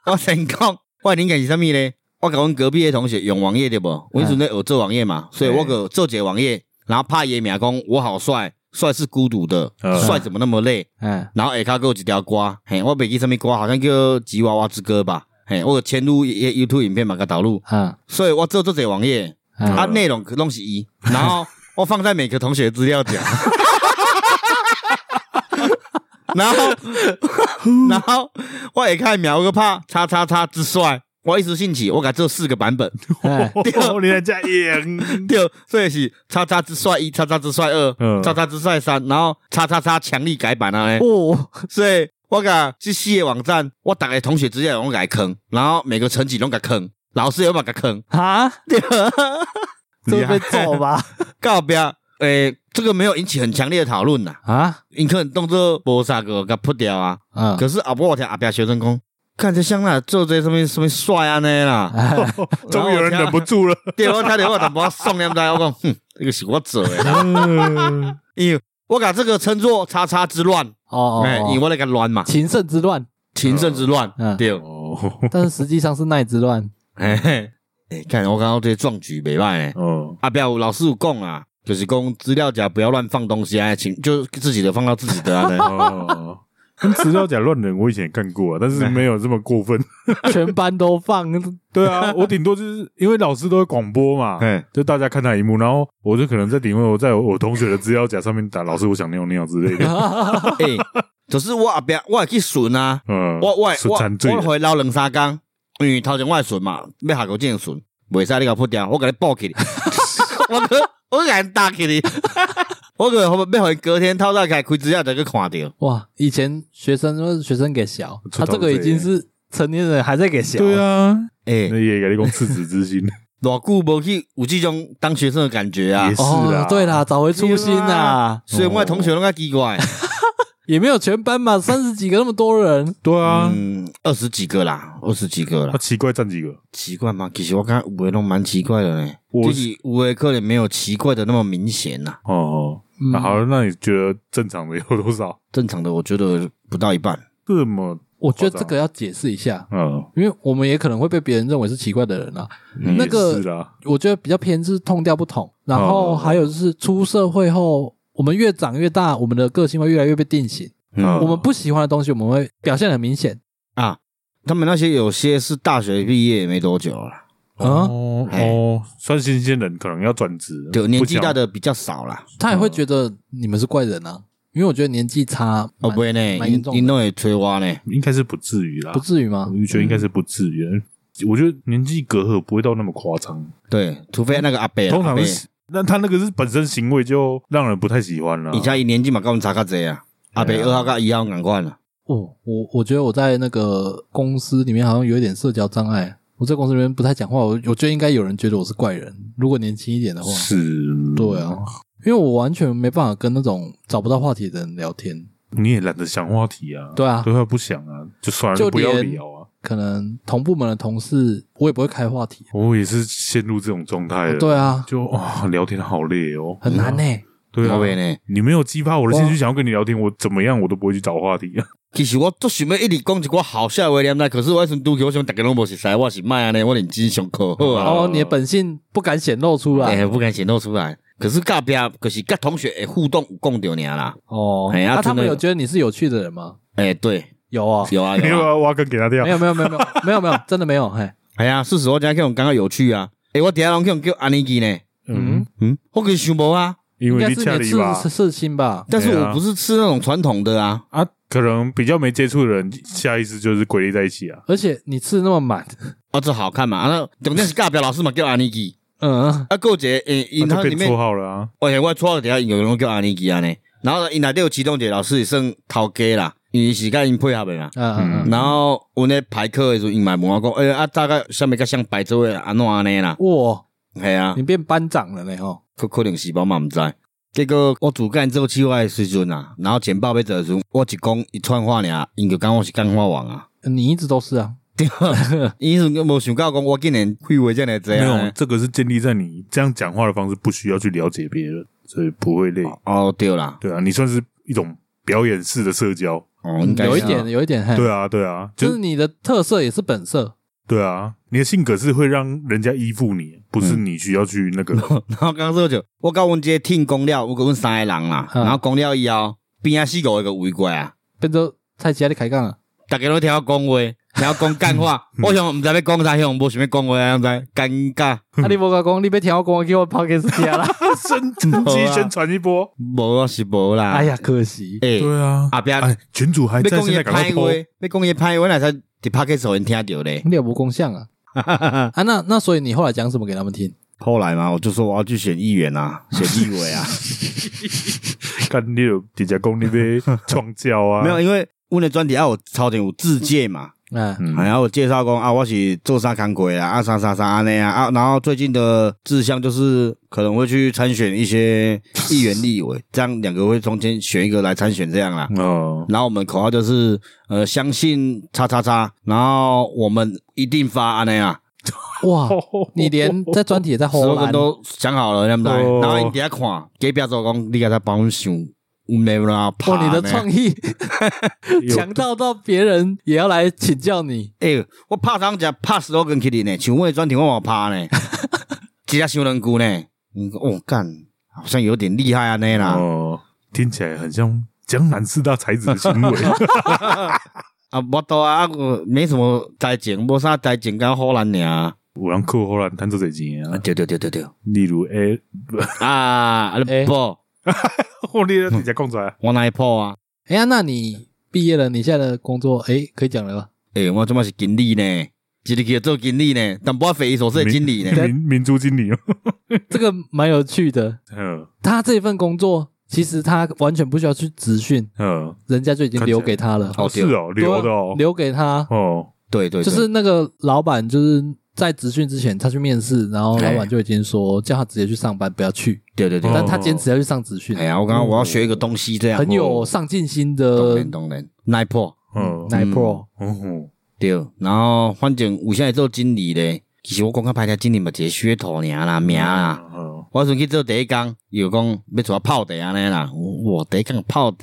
Speaker 3: 我先讲，我的灵感是啥物咧？我甲阮隔壁的同学用网页对无？阮阵咧学做网页嘛，所以我个做一个网页，然后拍伊的名讲我好帅，帅是孤独的
Speaker 2: 嗯，
Speaker 3: 帅怎么那么累？
Speaker 1: 哎，
Speaker 3: 然后下骹佫有一条歌，嘿，我袂记啥物歌，好像叫《吉娃娃之歌》吧，嘿，我有嵌入伊的 YouTube 影片嘛，甲导入，
Speaker 1: 啊，
Speaker 3: 所以我做做一个网页，
Speaker 1: 嗯
Speaker 3: 啊，内容拢是 伊，然后我放在每个同学资料夹， 然后 然后我也看苗个怕叉叉叉之帅，我一时兴起，我给他做四个版本，
Speaker 1: 哎，
Speaker 2: 哦，你还加赢
Speaker 3: 对，所以是叉叉之帅一、叉叉之帅
Speaker 2: 嗯
Speaker 3: 二、叉叉之帅三，然后叉叉叉强力改版啊嘞，
Speaker 1: 哦，
Speaker 3: 所以。我甲这四个网站，我大个同学资料拢给他坑，然后每个成绩拢给他坑，老师也嘛给他坑，
Speaker 1: 啊，
Speaker 3: 对。
Speaker 1: 这会被揍 吧？
Speaker 3: 告别，诶、哎这个没有引起很强烈的讨论呐。
Speaker 1: 啊，
Speaker 3: 因可能动作无啥个，给扑掉啊。
Speaker 1: 嗯，
Speaker 3: 可是阿伯我听阿伯学生讲，看这香奈做这什么什么帅啊呢啦，
Speaker 1: 哎
Speaker 2: 终于有人忍不住 了。
Speaker 3: 对我听到我淡薄送念在，我讲，哼，这个是我做 的，
Speaker 2: 嗯
Speaker 3: 因为我把这个称作叉叉之乱，
Speaker 1: 哦
Speaker 3: 哎、因为
Speaker 1: 哦，
Speaker 3: 我那个乱嘛，
Speaker 1: 情圣之乱，
Speaker 3: 情圣之乱，
Speaker 1: 嗯
Speaker 3: 对，
Speaker 2: 哦
Speaker 1: 但是实际上是奈之 乱。
Speaker 3: 嘿嘿，哎，看我刚刚这壮举袂歹呢。
Speaker 2: 哦，
Speaker 3: 阿表老师有讲啊，就是讲资料夹不要乱放东西啊，请就自己的放到自己的啊 呢。
Speaker 2: 哦跟资料夹乱人，我以前也干过啊，但是没有这么过分。
Speaker 1: 全班都 放，
Speaker 2: 对啊，我顶多就是因为老师都会广播 嘛，
Speaker 3: 哎，
Speaker 2: 就大家看他一幕，然后我就可能在顶位，我在我同学的资料夹上面打“老师，我想尿尿”之类 的。
Speaker 3: 诶、欸就是我后壁我会去巡啊，
Speaker 2: 嗯，
Speaker 3: 我我
Speaker 2: 是
Speaker 3: 我
Speaker 2: 残罪
Speaker 3: 我
Speaker 2: 人
Speaker 3: 回捞两三工，因为头前我会巡嘛，要下个进巡，袂使你甲扑掉，我甲你报起你， 我去我甲你打起你， 我去要互伊隔天透早起来开资料才去看着。
Speaker 1: 哇！以前学生都是学生给小，
Speaker 2: 出头
Speaker 1: 他这个已经是成年人还在给小，
Speaker 2: 对啊，
Speaker 3: 诶、
Speaker 2: 那也给你讲赤子之心
Speaker 3: 偌久无去有即种当学生的感觉啊
Speaker 2: 也，是
Speaker 1: 哦
Speaker 2: 啦，，
Speaker 1: 对啦，找回初心
Speaker 3: 对
Speaker 1: 啦
Speaker 3: 啦，所以我的同学拢较奇怪，
Speaker 1: 也没有全班嘛，三十几个那么多人，
Speaker 2: 对啊，
Speaker 3: 嗯，二十几个啦，二十几个啦
Speaker 2: 他，奇怪占几个？
Speaker 3: 奇怪吗？其实我感觉有的拢蛮奇怪的呢，
Speaker 2: 我
Speaker 3: 就是有的可能没有奇怪的那么明显啊呐、
Speaker 2: 哦哦，
Speaker 1: 嗯
Speaker 2: 那好，那你觉得正常的有多少？
Speaker 3: 正常的我觉得不到一半。
Speaker 2: 这么
Speaker 1: 我觉得这个要解释一下，
Speaker 2: 嗯，
Speaker 1: 因为我们也可能会被别人认为是奇怪的人啊。那个
Speaker 2: 也是啦，
Speaker 1: 我觉得比较偏是痛调不同，然后
Speaker 2: 哦
Speaker 1: 还有就是出社会后，我们越长越大，我们的个性会越来越被定型。
Speaker 2: 嗯
Speaker 1: 我们不喜欢的东西，我们会表现得很明显。
Speaker 3: 啊，他们那些有些是大学毕业没多久了，
Speaker 1: 啊
Speaker 2: 哦
Speaker 3: 哎
Speaker 2: 哦，算新鲜人，可能要转
Speaker 1: 嗯
Speaker 2: 职，
Speaker 3: 对，年纪
Speaker 2: 不想
Speaker 3: 大的比较少啦。
Speaker 1: 他也会觉得你们是怪人啊，因为我觉得年纪差
Speaker 3: 哦，
Speaker 1: 蛮
Speaker 3: 不会呢，啊
Speaker 1: 蛮严
Speaker 3: 你
Speaker 1: 重的
Speaker 3: 你弄也催我呢。
Speaker 2: 应该是不至于啦
Speaker 1: 不，至于吗？
Speaker 2: 我就觉得应该是不至于，我觉得年纪隔阂不会到那么夸张，
Speaker 3: 对，除非那个阿伯啊，
Speaker 2: 通常
Speaker 3: 阿伯
Speaker 2: 是那他那个是本身行为就让人不太喜欢了。
Speaker 3: 你家伊年纪嘛，跟我们差较济啊，阿伯
Speaker 2: 对啊
Speaker 3: 二号跟一号啊赶快了，
Speaker 1: 哦，我我觉得我在那个公司里面好像有一点社交障碍。我在公司里面不太讲话，我我觉得应该有人觉得我是怪人。如果年轻一点的话，
Speaker 2: 是，
Speaker 1: 啊对啊，因为我完全没办法跟那种找不到话题的人聊天。
Speaker 2: 你也懒得想话题啊，
Speaker 1: 对啊，
Speaker 2: 对啊，不想啊，就算了，
Speaker 1: 就
Speaker 2: 不要
Speaker 1: 连
Speaker 2: 聊啊。
Speaker 1: 可能同部门的同事，我也不会开话题。
Speaker 2: 我也是陷入这种状态了，
Speaker 1: 对啊，
Speaker 2: 就啊，聊天好累哦，
Speaker 1: 很难呢、
Speaker 2: 对啊
Speaker 3: 后，面呢？
Speaker 2: 你没有激发我的兴趣，想要跟你聊天，我怎么样我都不会去找话题啊。
Speaker 3: 其实我足想要一直讲一寡好笑的话念来，可是我迄阵拄起，我想逐个拢无熟悉，我是卖安尼，我认真上课好啊，
Speaker 1: 哦，你的本性不敢显露出
Speaker 3: 哎、
Speaker 1: 来。
Speaker 3: 不敢显露出来。可是隔壁就是甲同学会互动有讲到尔啦，
Speaker 1: 哦，
Speaker 3: 哎呀
Speaker 1: 那、他
Speaker 3: 真的
Speaker 1: 们有觉得你是有趣的人吗？
Speaker 3: 哎、对，
Speaker 1: 有啊、
Speaker 3: 有啊
Speaker 2: 你
Speaker 3: 有
Speaker 2: 又
Speaker 3: 啊，
Speaker 2: 要挖坑给他 跳嗯
Speaker 1: 没，有没有没有没有没有没有，真的没有。嘿，
Speaker 3: 哎呀、事实我今天我感觉有趣啊，哎、我顶下拢去叫安妮基呢，
Speaker 1: 嗯，
Speaker 3: 嗯，我跟想无啊，
Speaker 2: 因
Speaker 1: 应
Speaker 2: 为
Speaker 1: 该
Speaker 2: 你
Speaker 1: 是你
Speaker 2: 家
Speaker 1: 的
Speaker 2: 里吧
Speaker 1: 刺刺青吧？
Speaker 3: 但是
Speaker 2: 对啊
Speaker 3: 我不是吃那种传统的啊，
Speaker 2: 啊，可能比较没接触的人，下意识就是归类在一起啊。
Speaker 1: 而且你刺那么满，
Speaker 3: 啊，这好看嘛，啊，那重 点是隔壁老师嘛叫安妮基，
Speaker 1: 嗯，
Speaker 3: 啊，还有一个诶，因、
Speaker 2: 那
Speaker 3: 他
Speaker 2: 就
Speaker 3: 里
Speaker 2: 变
Speaker 3: 面
Speaker 2: 绰号了啊，
Speaker 3: 我想我初底下有人叫阿尼基安尼，然后呢，因内底有其中一个老师是算头家啦，因为是甲因配合的嘛。
Speaker 1: 嗯嗯嗯，
Speaker 3: 然后阮咧排课的时候，因嘛问我讲，诶、啊，大概下面甲像白做诶安怎安尼啦？
Speaker 1: 哇，
Speaker 3: 系啊
Speaker 1: 你，变班长了呢哦吼！
Speaker 3: 可可能是吧我嘛毋知。结果我主干做计划的时阵啊，然后简报要做的时候，我一讲一串话尔，因就讲我是讲话王啊。
Speaker 1: 你一直都是啊，
Speaker 3: 因是无想到讲我竟然废话这么多
Speaker 2: 没有，
Speaker 3: 啊。
Speaker 2: 这个是建立在你这样讲话的方式不需要去了解别人，所以不会累。
Speaker 3: 哦，对啦，
Speaker 2: 对啊，你算是一种表演式的社交。
Speaker 3: 哦，应该是啊
Speaker 1: 有一点有一点嘿，
Speaker 2: 对啊，对啊，
Speaker 1: 嗯就
Speaker 2: 就是
Speaker 1: 你的特色也是本色。
Speaker 2: 对啊，你的性格是会让人家依附你，不是你需要去那个。
Speaker 3: 然后刚说就，我甲阮这个 team 讲了，我甲阮三个人啦，
Speaker 1: 嗯
Speaker 3: 然后讲了以后，边啊四五个就围过来啊，
Speaker 1: 变成蔡奇亚的开杠了，啊
Speaker 3: 大家都听我讲话，听我讲干话，我想毋知要讲啥，想无想要讲话，样知尴尬，
Speaker 1: 啊，你无甲讲，你要听我讲，叫我啊抛给斯家啦。
Speaker 2: 升级宣传一波。
Speaker 3: 无啊是无啦，
Speaker 1: 哎呀，可惜，
Speaker 3: 诶，
Speaker 2: 对啊，
Speaker 3: 后壁
Speaker 2: 哎，群主还
Speaker 3: 要
Speaker 2: 在，
Speaker 3: 讲
Speaker 2: 现
Speaker 3: 伊
Speaker 2: 在赶快
Speaker 3: 歹话
Speaker 2: 播。，
Speaker 3: 要讲伊歹话，哪才伫拍给手人听着咧。
Speaker 1: 你也无功相啊。啊，那那所以你后来讲什么给他们听？
Speaker 3: 后来嘛，我就说我要去选议员啊，选立委啊，
Speaker 2: 看你有底下公那边创教啊，
Speaker 3: 没有，因为阮的专题啊，我超前有自介嘛，
Speaker 1: 嗯，
Speaker 2: 嗯，
Speaker 3: 然后我介绍讲啊，我是做啥工鬼啊，啊啥啥啥安尼啊啊，然后最近的志向就是可能会去参选一 些议员、立委，这样两个会中间选一个来参选这样啦。
Speaker 1: 嗯
Speaker 2: 哦，
Speaker 3: 然后我们口号就是呃，相信叉叉叉，然后我们一定发安尼啊，
Speaker 1: 哇，你连在专题也在
Speaker 3: 所
Speaker 1: 后
Speaker 3: 有人
Speaker 1: 栏，
Speaker 3: 都想好了，对不对？
Speaker 2: 哦
Speaker 3: 然后你底下看，给表做讲，你给他帮我想，我没有啦，怕
Speaker 1: 哇，你的
Speaker 3: 呢
Speaker 1: 创意
Speaker 2: 有
Speaker 1: 强到到别人也要来请教你。
Speaker 3: 诶、哎我拍张只拍 slogan 去哩呢，像我的专题我嘛拍呢，一下想两句呢，嗯，哦干，好像有点厉害安尼啦，
Speaker 2: 哦，听起来很像江南四大才子的行为。
Speaker 3: 啊，无多啊，啊，我没什么台前，无啥台前敢好难尔，啊，
Speaker 2: 有人靠后来赚这侪钱啊，
Speaker 3: 对对对对对，
Speaker 2: 例如哎诶，
Speaker 3: 啊，啊
Speaker 1: 欸
Speaker 3: 你报，
Speaker 2: 我哦你底下讲出来，
Speaker 3: 我哪会报啊？
Speaker 1: 哎呀，那你毕业了，你现在的工作，哎，可以讲了吧？
Speaker 3: 诶、我即马是经理呢，一日去做经理呢，淡薄仔匪夷所思的经理呢，
Speaker 2: 民民族经理哦，
Speaker 1: 这个蛮有趣的。
Speaker 2: 嗯
Speaker 1: 他这份工作其实他完全不需要去职训，
Speaker 2: 嗯，
Speaker 1: 人家就已经
Speaker 2: 看起来
Speaker 1: 留给他了，啊
Speaker 3: 哦
Speaker 2: 是
Speaker 3: 对啊
Speaker 2: 哦，留的哦，
Speaker 1: 留给他，
Speaker 2: 哦，
Speaker 3: 对对对，
Speaker 1: 就是那个老板就是在职训之前他去面试，然后老板就已经说叫他直接去上班，不要去，
Speaker 3: 对对对，
Speaker 2: 哎哦
Speaker 1: 但他坚持要去上职训
Speaker 3: 哎，呀，我刚刚我要学一个东西，这样哦
Speaker 1: 很有呃上进心
Speaker 3: 当
Speaker 1: 的
Speaker 3: 然当然，哪会报。
Speaker 2: 嗯
Speaker 1: 奶 pro。
Speaker 2: 哦，
Speaker 3: 对，然后反正有现在做经理咧，其实我讲较歹听，经理嘛一个噱头尔啦，名啊啦。
Speaker 2: 嗯，
Speaker 3: 我迄阵去做第一工，伊有讲要带我泡茶安尼啦，我第一工泡茶，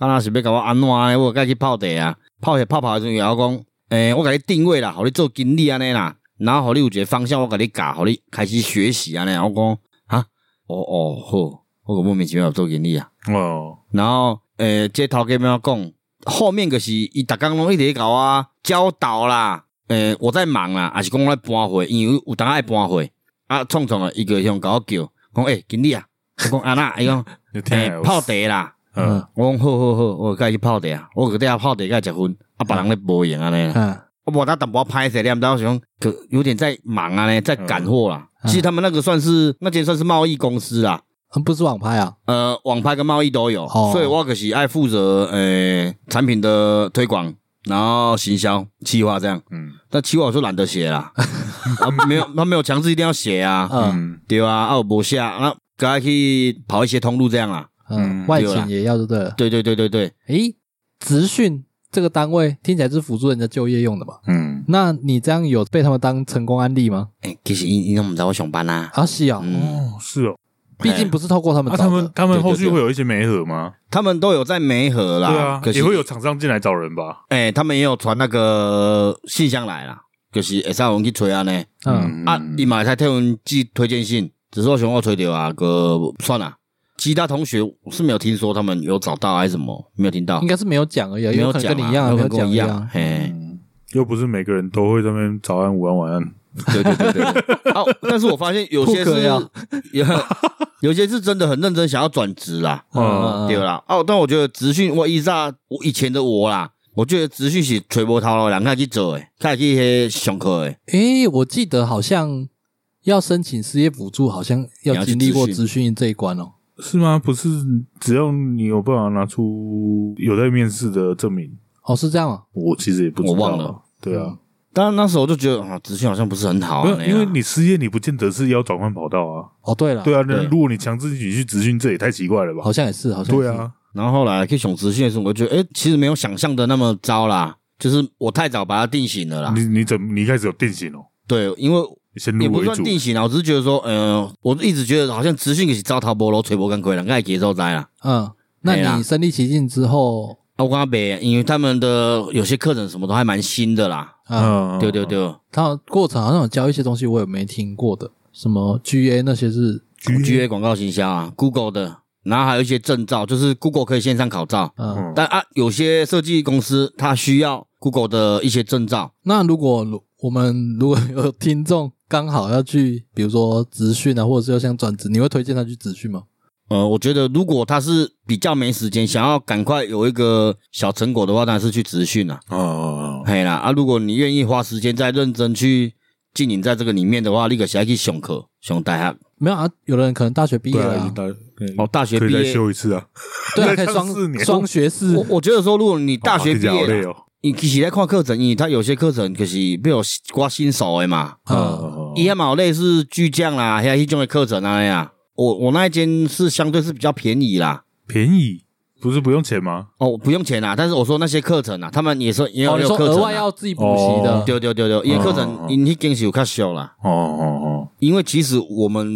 Speaker 3: 敢若是要甲我安怎咧？我甲去泡茶啊，泡下泡泡的时阵，伊甲我讲，诶、我甲你定位啦，互你做经理安尼啦，然后互你有一个方向，我甲你教，互你开始学习安尼。我讲，哈，哦哦好，我讲莫名其妙做经理啊。
Speaker 2: 哦，
Speaker 3: 然后诶，这头家要讲，后面就是伊逐工拢一直在搞啊教导啦，诶，我在忙啦，还是讲我在搬货，因为有有当爱搬货啊，创创啊，伊个向甲我叫，讲诶、经理啊，我讲 安娜，伊讲
Speaker 2: 你听起
Speaker 3: 诶
Speaker 2: 来有
Speaker 3: 哎泡茶啦，
Speaker 1: 嗯
Speaker 2: 嗯
Speaker 3: 我讲好好好，我甲伊去泡茶啊，我去底下泡茶甲伊食薰，啊，别人咧无闲安尼啦，
Speaker 1: 嗯
Speaker 3: 啊，我他淡薄拍谁，两道想可有点在忙啊呢，在赶货啦。
Speaker 1: 嗯
Speaker 3: 其实他们那个算是那间算是贸易公司啊，
Speaker 1: 嗯不是网拍啊，
Speaker 3: 呃，网拍跟贸易都有，
Speaker 1: 哦
Speaker 3: 所以我可是爱负责呃产品的推广，然后行销、企划这样。
Speaker 2: 嗯
Speaker 3: 但企划我就懒得写 啦，啊，没有，他没有强制一定要写啊，
Speaker 1: 嗯
Speaker 2: 嗯
Speaker 3: 对啊，啊，我不下，啊，赶快去跑一些通路这样啦。
Speaker 1: 嗯，
Speaker 2: 嗯
Speaker 1: 外
Speaker 3: 对啦
Speaker 1: 勤也要就对了。
Speaker 3: 对对对对对，
Speaker 1: 诶，职训这个单位听起来是辅助人家就业用的嘛？
Speaker 2: 嗯，
Speaker 1: 那你这样有被他们当成功案例吗？
Speaker 3: 哎、其实你你怎么知道我上班啦、啊？
Speaker 1: 啊，是啊，
Speaker 3: 嗯，啊
Speaker 2: 哦，是哦，
Speaker 1: 毕竟不是透过他们
Speaker 2: 那
Speaker 1: 找
Speaker 2: 他
Speaker 1: 的
Speaker 2: 们。他们
Speaker 3: 对对
Speaker 2: 后续
Speaker 3: 对
Speaker 2: 会有一些媒合吗？
Speaker 3: 他们都有在媒合啦，
Speaker 2: 对啊
Speaker 3: 可，是
Speaker 2: 也会有厂商进来找人吧？
Speaker 3: 哎、他们也有传那个信箱来啦，就是会使阮去催啊呢。
Speaker 1: 嗯，
Speaker 3: 啊，伊嘛会使替阮寄推荐信，只是我想我催着啊，个算啦。其他同学是没有听说他们有找到还是什么，没有听到
Speaker 1: 应，该是没有讲而已啊，
Speaker 3: 嗯没
Speaker 1: 有可能
Speaker 3: 讲
Speaker 1: 跟你
Speaker 3: 啊
Speaker 1: 一样啊，
Speaker 3: 有
Speaker 1: 没有
Speaker 3: 可能跟
Speaker 1: 讲
Speaker 3: 我
Speaker 1: 一
Speaker 3: 一
Speaker 1: 样
Speaker 3: 样，。嘿，
Speaker 2: 嗯，又不是每个人都会在那边早安、午安、晚安。
Speaker 3: 对对对对。对哦，但是我发现有些
Speaker 1: 不可
Speaker 3: 是
Speaker 1: 以啊
Speaker 3: 有有些是真的很认真想要转职啦，
Speaker 1: 嗯
Speaker 3: 对啦。哦，但我觉得职训我依照我以前的我啦，我觉得职训是吹波头了，人家去做诶，他去那上课诶。
Speaker 1: 诶，我记得好像要申请失业补助，好像要经历过
Speaker 3: 你要
Speaker 1: 职
Speaker 3: 去
Speaker 1: 训这一关哦。
Speaker 2: 是吗？不是，只要你有办法拿出有在面试的证明，
Speaker 1: 哦，是这样啊。
Speaker 2: 我其实也不知道。
Speaker 3: 我忘了。
Speaker 2: 对啊，
Speaker 3: 当然那时候我就觉得啊，职训好像不是很好、啊
Speaker 2: 没有，
Speaker 3: 那样
Speaker 2: 因为你失业，你不见得是要转换跑道啊。
Speaker 1: 哦，对了，
Speaker 2: 对啊，
Speaker 3: 对
Speaker 2: 那如果你强制自己去职训，这也太奇怪了吧
Speaker 1: 好？像也是，好像也
Speaker 2: 对
Speaker 1: 是，
Speaker 2: 啊，
Speaker 3: 然后后来去选职训的时候，我就觉得哎、诶其实没有想象的那么糟啦，就是我太早把它定型了啦。
Speaker 2: 你你怎么你一开始有定型哦？
Speaker 3: 对，因为
Speaker 2: 先
Speaker 3: 也
Speaker 2: 入
Speaker 3: 不
Speaker 2: 为
Speaker 3: 算
Speaker 2: 主，
Speaker 3: 定型啦，我只是觉得说，呃，我一直觉得好像职训是糟蹋菠萝、吹波干亏了，爱接受灾啦。
Speaker 1: 嗯，
Speaker 3: 对
Speaker 1: 那
Speaker 3: 啊啦
Speaker 1: 你身临其境之后，
Speaker 3: 啊，我刚北，因为他们的有些课程什么都还蛮新的啦。
Speaker 1: 啊，
Speaker 2: 嗯哦
Speaker 3: 对对对
Speaker 1: 他过程好像有教一些东西，我也没听过的，什么 GA 那些是，
Speaker 3: ，GA 广告行销啊，Google 的，然后还有一些证照，就是 Google 可以线上考照，
Speaker 1: 嗯，
Speaker 2: 嗯
Speaker 3: 但啊，有些设计公司它需要 Google 的一些证照，
Speaker 1: 那如果我们如果有听众刚好要去，比如说职训啊，或者是要想转职，你会推荐他去职训吗？
Speaker 3: 呃，我觉得如果他是比较没时间，想要赶快有一个小成果的话，当然是去职训啦。
Speaker 2: 啊，
Speaker 3: 嘿啦，啊，如果你愿意花时间再认真去经营在这个里面的话，你可是还去上课、上大学。
Speaker 1: 没有啊，有的人可能大学毕业
Speaker 2: 对
Speaker 1: 了
Speaker 2: 啊，
Speaker 1: 啊，
Speaker 2: 大
Speaker 3: 哦，大学
Speaker 2: 可
Speaker 3: 毕
Speaker 2: 以再
Speaker 3: 业，
Speaker 2: 修一次啊。
Speaker 1: 对啊，
Speaker 2: 再
Speaker 1: 可以
Speaker 2: 上四
Speaker 1: 双
Speaker 2: 年
Speaker 1: 双学
Speaker 3: 我
Speaker 1: 士，
Speaker 3: 我觉得说，如果你 大
Speaker 2: 哦
Speaker 3: 学毕
Speaker 2: 听起来好
Speaker 3: 业
Speaker 2: 累
Speaker 3: 啦，
Speaker 2: 哦。
Speaker 3: 你其实在看课程，因为他有些课程可是比较挂新手的嘛，
Speaker 1: 嗯，
Speaker 3: 伊遐嘛有类似巨匠啦，遐迄种的课程啊呀。我我那一间是相对是比较便宜啦，
Speaker 2: 便宜不是不用钱吗？
Speaker 3: 哦，不用钱啦。但是我说那些课程啊，他们也是也有
Speaker 1: 哦，你
Speaker 3: 也有
Speaker 1: 说
Speaker 3: 课程
Speaker 1: 额
Speaker 3: 啊
Speaker 1: 外要自己补习的，
Speaker 3: 对对对对，因为
Speaker 2: 嗯
Speaker 3: 课
Speaker 2: 嗯
Speaker 3: 程
Speaker 2: 嗯
Speaker 3: 因迄间是有较俗啦，
Speaker 2: 哦哦
Speaker 3: 因为其实我们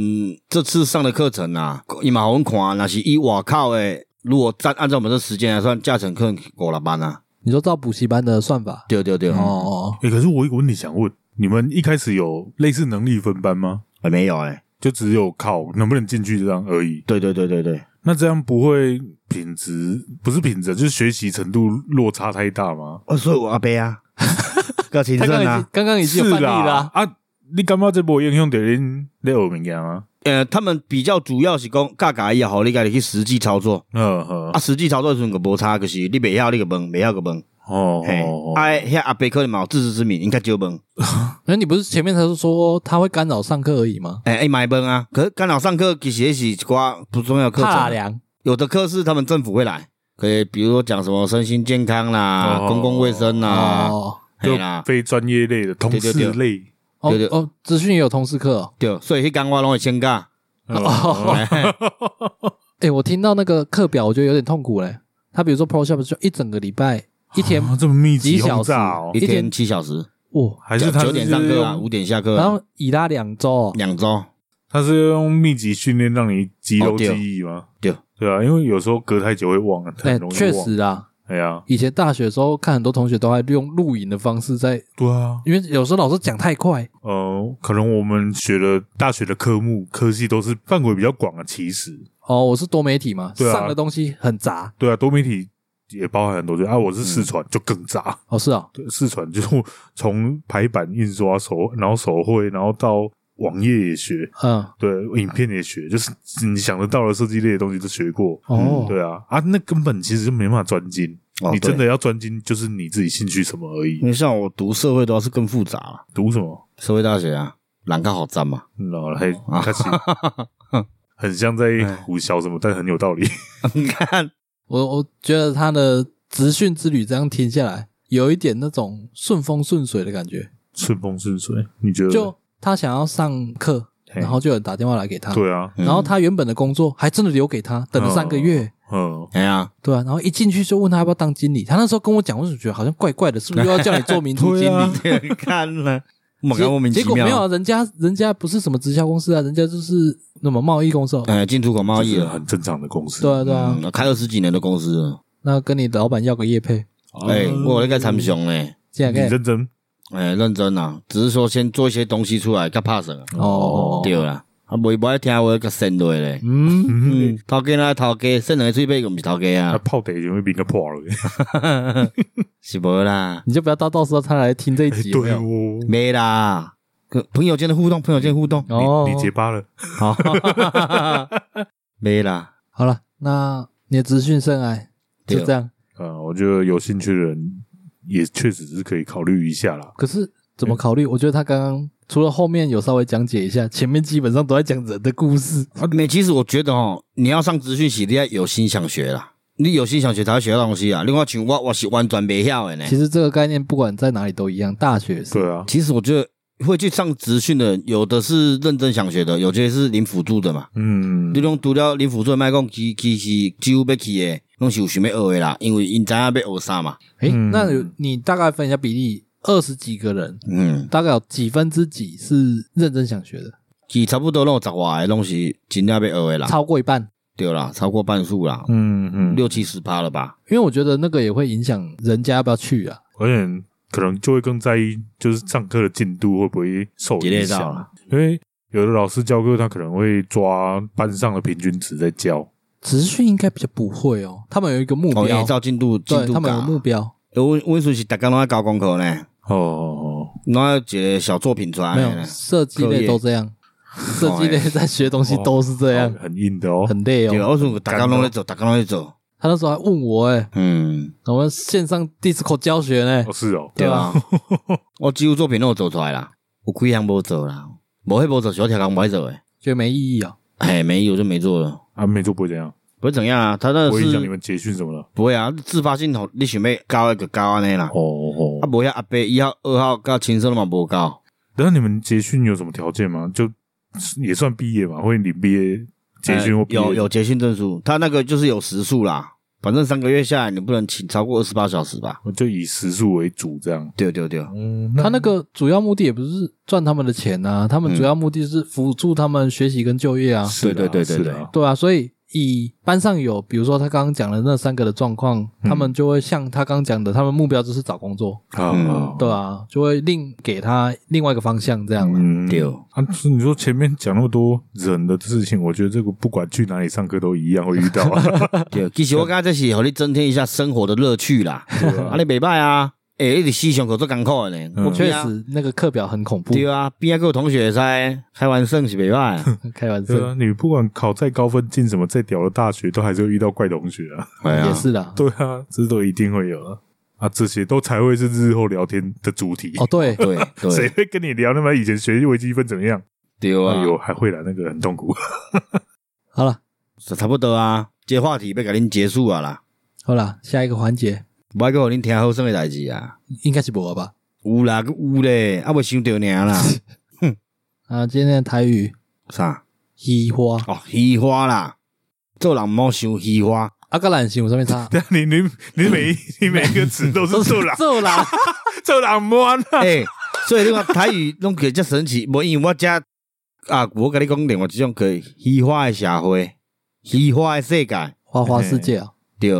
Speaker 3: 这次上的课程啊，伊嘛好阮看，若是伊外口诶，如果按按照我们这时间来算，价钱可能五六万啊。
Speaker 1: 你说照补习班的算法，
Speaker 3: 对对对，
Speaker 1: 哦
Speaker 3: 哦，
Speaker 1: 哦，
Speaker 2: 哦，哎，可是我有一个问题想问，你们一开始有类似能力分班吗？
Speaker 3: 还哦没有诶、欸
Speaker 2: 就只有考能不能进去这样而已。
Speaker 3: 对对对对对，
Speaker 2: 那这样不会品质不是品质，就是学习程度落差太大吗？
Speaker 3: 哦，所以我阿伯 啊，搞清
Speaker 1: 他刚刚已经刚刚已经有
Speaker 2: 是
Speaker 1: 范例了
Speaker 2: 啦
Speaker 1: 啊，
Speaker 2: 啊，你感觉这波影响到恁咧学物件吗？
Speaker 3: 呃，他们比较主要是讲教教伊也好，你家己去实际操作。
Speaker 2: 嗯哼
Speaker 3: 啊，，实际操作的时阵个无差，就是你袂晓你个问，袂晓个问。
Speaker 2: 哦
Speaker 3: 嘿，
Speaker 2: 哦，
Speaker 3: 啊，遐阿伯可能嘛有自知之明，应该少问。
Speaker 1: 那你不是前面才是说他会干扰上课而已吗？
Speaker 3: 哎、欸，买分啊！可是干扰上课其实也是一寡不重要的课程
Speaker 1: 踏
Speaker 3: 啊、
Speaker 1: 梁，
Speaker 3: 有的课是他们政府会来，可以比如说讲什么身心健康啦、
Speaker 2: 哦
Speaker 3: 公共卫生啦，
Speaker 1: 哦
Speaker 3: 对、
Speaker 2: 就
Speaker 3: 啦，
Speaker 2: 非专业类的同
Speaker 3: 对对对
Speaker 2: 事类，
Speaker 1: 哦
Speaker 3: 对对
Speaker 1: 哦，资讯也有通识课哦。
Speaker 3: 对，所以去讲我拢会先尬。
Speaker 2: 哦
Speaker 1: 哎、我听到那个课表，我觉得有点痛苦嘞。他比如说 Pro Shop 就一整个礼拜一天，
Speaker 2: 啊这么密
Speaker 1: 几
Speaker 2: 集
Speaker 1: 小
Speaker 2: 轰炸
Speaker 1: 时
Speaker 2: 哦
Speaker 3: 一，
Speaker 1: 一天
Speaker 3: 天七小时，
Speaker 1: 哇！
Speaker 2: 还是他
Speaker 3: 九点上课
Speaker 2: 是
Speaker 3: 啊，
Speaker 2: 用
Speaker 3: 五点下课、
Speaker 1: 然
Speaker 3: 啊，
Speaker 1: 后以拉两周、哦，
Speaker 3: 两周。
Speaker 2: 他是用密集训练让你肌
Speaker 3: 哦
Speaker 2: 肉
Speaker 3: 对
Speaker 2: 记忆吗？
Speaker 3: 对
Speaker 2: 对啊，因为有时候隔太久会忘了，
Speaker 1: 哎
Speaker 2: 很容，易
Speaker 1: 确
Speaker 2: 忘。
Speaker 1: 实啊，
Speaker 2: 哎呀，
Speaker 1: 以前大学的时候看很多同学都还用录影的方式在，
Speaker 2: 对啊，
Speaker 1: 因为有时候老师讲太快，
Speaker 2: 呃，可能我们学的大学的科目科系都是范围比较广啊，其实
Speaker 1: 哦，我是多媒体嘛，
Speaker 2: 对啊
Speaker 1: 上的东西很杂，
Speaker 2: 对啊，多媒体也包含很多，就啊，我是四传、就更杂，
Speaker 1: 哦是哦，
Speaker 2: 对，四传就是从排版印刷手，然后手绘，然后到网页也学，
Speaker 1: 嗯，
Speaker 2: 对，影片也学，就是你想得到的设计类的东西都学过，
Speaker 1: 哦，
Speaker 2: 对啊，啊，那根本其实就没办法专精，
Speaker 3: 哦
Speaker 2: 你真的
Speaker 3: 对
Speaker 2: 要专精，就是你自己兴趣什么而已
Speaker 1: 嗯
Speaker 3: 因。为像我读社会都要是更复杂了，
Speaker 2: 读什么？
Speaker 3: 社会大学啊，人较好占嘛，
Speaker 2: 嗯然后还
Speaker 1: 啊
Speaker 2: 开始，很像在
Speaker 1: 哎
Speaker 2: 胡笑什么，但很有 道理。
Speaker 3: 你看，
Speaker 1: 我我觉得他的职训之旅这样听下来，有一点那种顺风顺水的感觉。
Speaker 2: 顺风顺水，你觉得？
Speaker 1: 就他想要上课，
Speaker 2: 嘿
Speaker 1: 然后就有人打电话来给他，
Speaker 2: 对
Speaker 3: 嗯
Speaker 2: 啊，
Speaker 1: 然后他原本的工作还真的留给他，等了三个月，
Speaker 2: 嗯，
Speaker 3: 哎呀，
Speaker 1: 对啊，然后一进去就问他要不要当经理，他那时候跟我讲，我就觉得好像怪怪的，是不是又要叫你做民族经理？
Speaker 3: 对 你看呢，我
Speaker 1: 啊结
Speaker 3: 们莫名其
Speaker 1: 结果没有
Speaker 3: 妙
Speaker 1: 啊，，人家人家不是什么直销公司啊，人家就是那么贸易公司、哦，
Speaker 3: 哎，进出口贸
Speaker 2: 这
Speaker 3: 易
Speaker 2: 是
Speaker 3: 了，
Speaker 2: 很正常的公司。
Speaker 1: 对啊对啊，
Speaker 3: 嗯，开二十几年的公司了，
Speaker 1: 那跟你老板要个业配，
Speaker 3: 哎，我有那个参详呢，
Speaker 1: 这样
Speaker 2: 啊你
Speaker 1: 看
Speaker 2: 认真
Speaker 3: 哎，认真啦，只是说先做一些东西出来，较怕什啊，
Speaker 1: 哦，
Speaker 3: 对啦，啊，无无爱听话，较神落咧。
Speaker 1: 嗯，
Speaker 3: 嗯，头家那头家，剩两个嘴巴个毋是头家
Speaker 2: 啊，
Speaker 3: 啊，
Speaker 2: 泡得就会变个破了。
Speaker 3: 是无啦，
Speaker 1: 你就不要到到时候他来听这一集，有没
Speaker 2: 对
Speaker 1: 有
Speaker 2: 哦，
Speaker 3: 没啦，个嗯朋友间的互动，朋友间互动，
Speaker 1: 哦
Speaker 2: 你，你结巴了，
Speaker 3: 好，没啦，
Speaker 1: 好了，那你的资讯生癌就
Speaker 3: 对
Speaker 1: 这样，
Speaker 2: 啊，我觉得有兴趣的人也确实是可以考虑一下啦。
Speaker 1: 可是怎
Speaker 3: 嗯
Speaker 1: 么考虑？我觉得他刚刚除了后面有稍微讲解一下，前面基本上都在讲人的故事。
Speaker 3: 啊没，其实我觉得哦，你要上资讯系，你要有心想学啦，你有心想学才会学到东西啊。另外，像我我是完全没晓的呢。
Speaker 1: 其实这个概念不管在哪里都一样，大学是
Speaker 2: 对啊，
Speaker 3: 其实我觉得会去上资讯的人，有的是认真想学的，有些是零辅助的嘛。
Speaker 2: 嗯
Speaker 3: 你，拢除了零辅助的，莫讲其其实几乎要去的，拢是有想要学的啦，因为因知影要学啥嘛。
Speaker 1: 诶，
Speaker 2: 嗯
Speaker 1: 那有你大概分一下比例，二十几个人，
Speaker 3: 嗯，
Speaker 1: 大概有几分之几是认真想学的？
Speaker 3: 其实差不多拢有十外个拢是真正要学的啦，
Speaker 1: 超过一半，
Speaker 3: 对啦，超过半数啦，
Speaker 2: 嗯嗯，
Speaker 3: 六七十趴了吧？
Speaker 1: 因为我觉得那个也会影响人家要不要去啊。
Speaker 2: 而且可能就会更在意，就是上课的进度会不会受
Speaker 3: 跌
Speaker 2: 影
Speaker 3: 跌到
Speaker 2: 响
Speaker 3: 了，
Speaker 2: 因为有的老师教课，他可能会抓班上的平均值在教。
Speaker 1: 职训应该比较不会哦，他们有一个目
Speaker 3: 哦，
Speaker 1: 标，
Speaker 3: 依照进度进
Speaker 1: 对
Speaker 3: 度
Speaker 1: 他们
Speaker 3: 搞
Speaker 1: 有目标，
Speaker 3: 欸我我阵是逐工拢爱交功课呢，
Speaker 2: 哦，
Speaker 3: 拢爱有一个小作品出来
Speaker 1: 没
Speaker 3: 呢
Speaker 1: 有。设计类都这
Speaker 3: 哦
Speaker 1: 样，
Speaker 3: 哎
Speaker 1: 设计类在学东西都是这
Speaker 3: 啊
Speaker 1: 样，
Speaker 2: 很硬的哦。
Speaker 1: 很累
Speaker 3: 对，
Speaker 1: 哦。
Speaker 3: 我阵逐工拢在做，逐工拢在做。
Speaker 1: 他那时候还问我、哎诶，
Speaker 3: 嗯，
Speaker 1: 我们线上 disco 教学呢、
Speaker 2: 哦，是哦，
Speaker 3: 对啊， 我几乎作品拢有做出来啦，有几项无做啦，无迄无做小条工歹做诶。
Speaker 1: 觉得没意义啊、
Speaker 3: 嘿，没有就没做了，
Speaker 2: 啊，没做不会怎样，
Speaker 3: 不会怎样啊。他那
Speaker 2: 不会影响你
Speaker 3: 是
Speaker 2: 们结训什么的。
Speaker 3: 不会啊，自发性吼，你想要交诶就交安尼啦。
Speaker 2: 哦哦
Speaker 3: 啊，，无遐阿伯一号、二号甲亲生都嘛无交，
Speaker 2: 然后你们结训有什么条件吗？就也算毕业嘛，会领毕业结训或
Speaker 3: 呃
Speaker 2: 毕业
Speaker 3: 有有结训证书，他那个就是有时数啦，反正三个月下来你不能请超过二十八小时吧？
Speaker 2: 我就以时数为主这样。
Speaker 3: 对对对，
Speaker 2: 嗯，
Speaker 1: 他那个主要目的也不是赚他们的钱啊，他们主要目的是辅助他们学习跟就业啊，
Speaker 2: 是啊
Speaker 3: 对对对
Speaker 2: 是
Speaker 3: 对对
Speaker 2: 啊
Speaker 1: 对啊，所以以班上有，比如说他刚刚讲的那三个的状况，
Speaker 2: 嗯
Speaker 1: 他们就会像他刚刚讲的，他们目标就是找工作，
Speaker 2: 啊，
Speaker 1: 对啊，就会另给他另外一个方向这样啊。
Speaker 2: 嗯
Speaker 3: 对哦
Speaker 2: 啊，是你说前面讲那么多人的事情，我觉得这个不管去哪里上课都一样会遇到、啊。
Speaker 3: 对，其实我感觉这是互你增添一下生活的乐趣啦。啊，你袂歹啊，诶、一直思想可做艰苦的呢。
Speaker 2: 嗯
Speaker 3: 我
Speaker 1: 确
Speaker 3: 边啊，
Speaker 1: 实，那个课表很恐怖，
Speaker 3: 对啊，边啊还有同学在开玩笑是袂歹。
Speaker 1: 开玩笑
Speaker 2: 对啊，你不管考再高分，进什么再屌的大学，都还是会遇到怪同学啊。
Speaker 3: 哎呀
Speaker 1: 也是啦。
Speaker 2: 对啊，这都一定会有啊。啊，这些都才会是日后聊天的主题。
Speaker 1: 哦，对，
Speaker 3: 对
Speaker 2: 谁
Speaker 3: 对
Speaker 2: 会跟你聊那么以前学微积分怎么样？
Speaker 3: 对
Speaker 2: 哎
Speaker 3: 啊，
Speaker 2: 呦，还会了，那个很痛苦。，
Speaker 1: 好了，
Speaker 3: 差不多啊。这话题要甲恁结束啊啦，
Speaker 1: 好了，下一个环节
Speaker 3: 无爱互恁听好耍的代志啊。
Speaker 1: 应该是我吧？
Speaker 3: 有啦，还有咧，啊，未想到尔啦。
Speaker 1: 啊，今天的台语
Speaker 3: 啥？
Speaker 1: 喜花，
Speaker 3: 哦，虚花啦，做人毋好想虚花。
Speaker 1: 啊，个懒型我上面插
Speaker 2: 但你你你每一你每一个 词都是做狼
Speaker 1: 做啦，
Speaker 2: 做狼摸啊！
Speaker 3: 诶、欸所以你看台语拢个遮神奇，无因为我遮啊，我甲你讲另外一种个虚化的社会，虚化的世界，
Speaker 1: 花花世界啊，
Speaker 3: 对，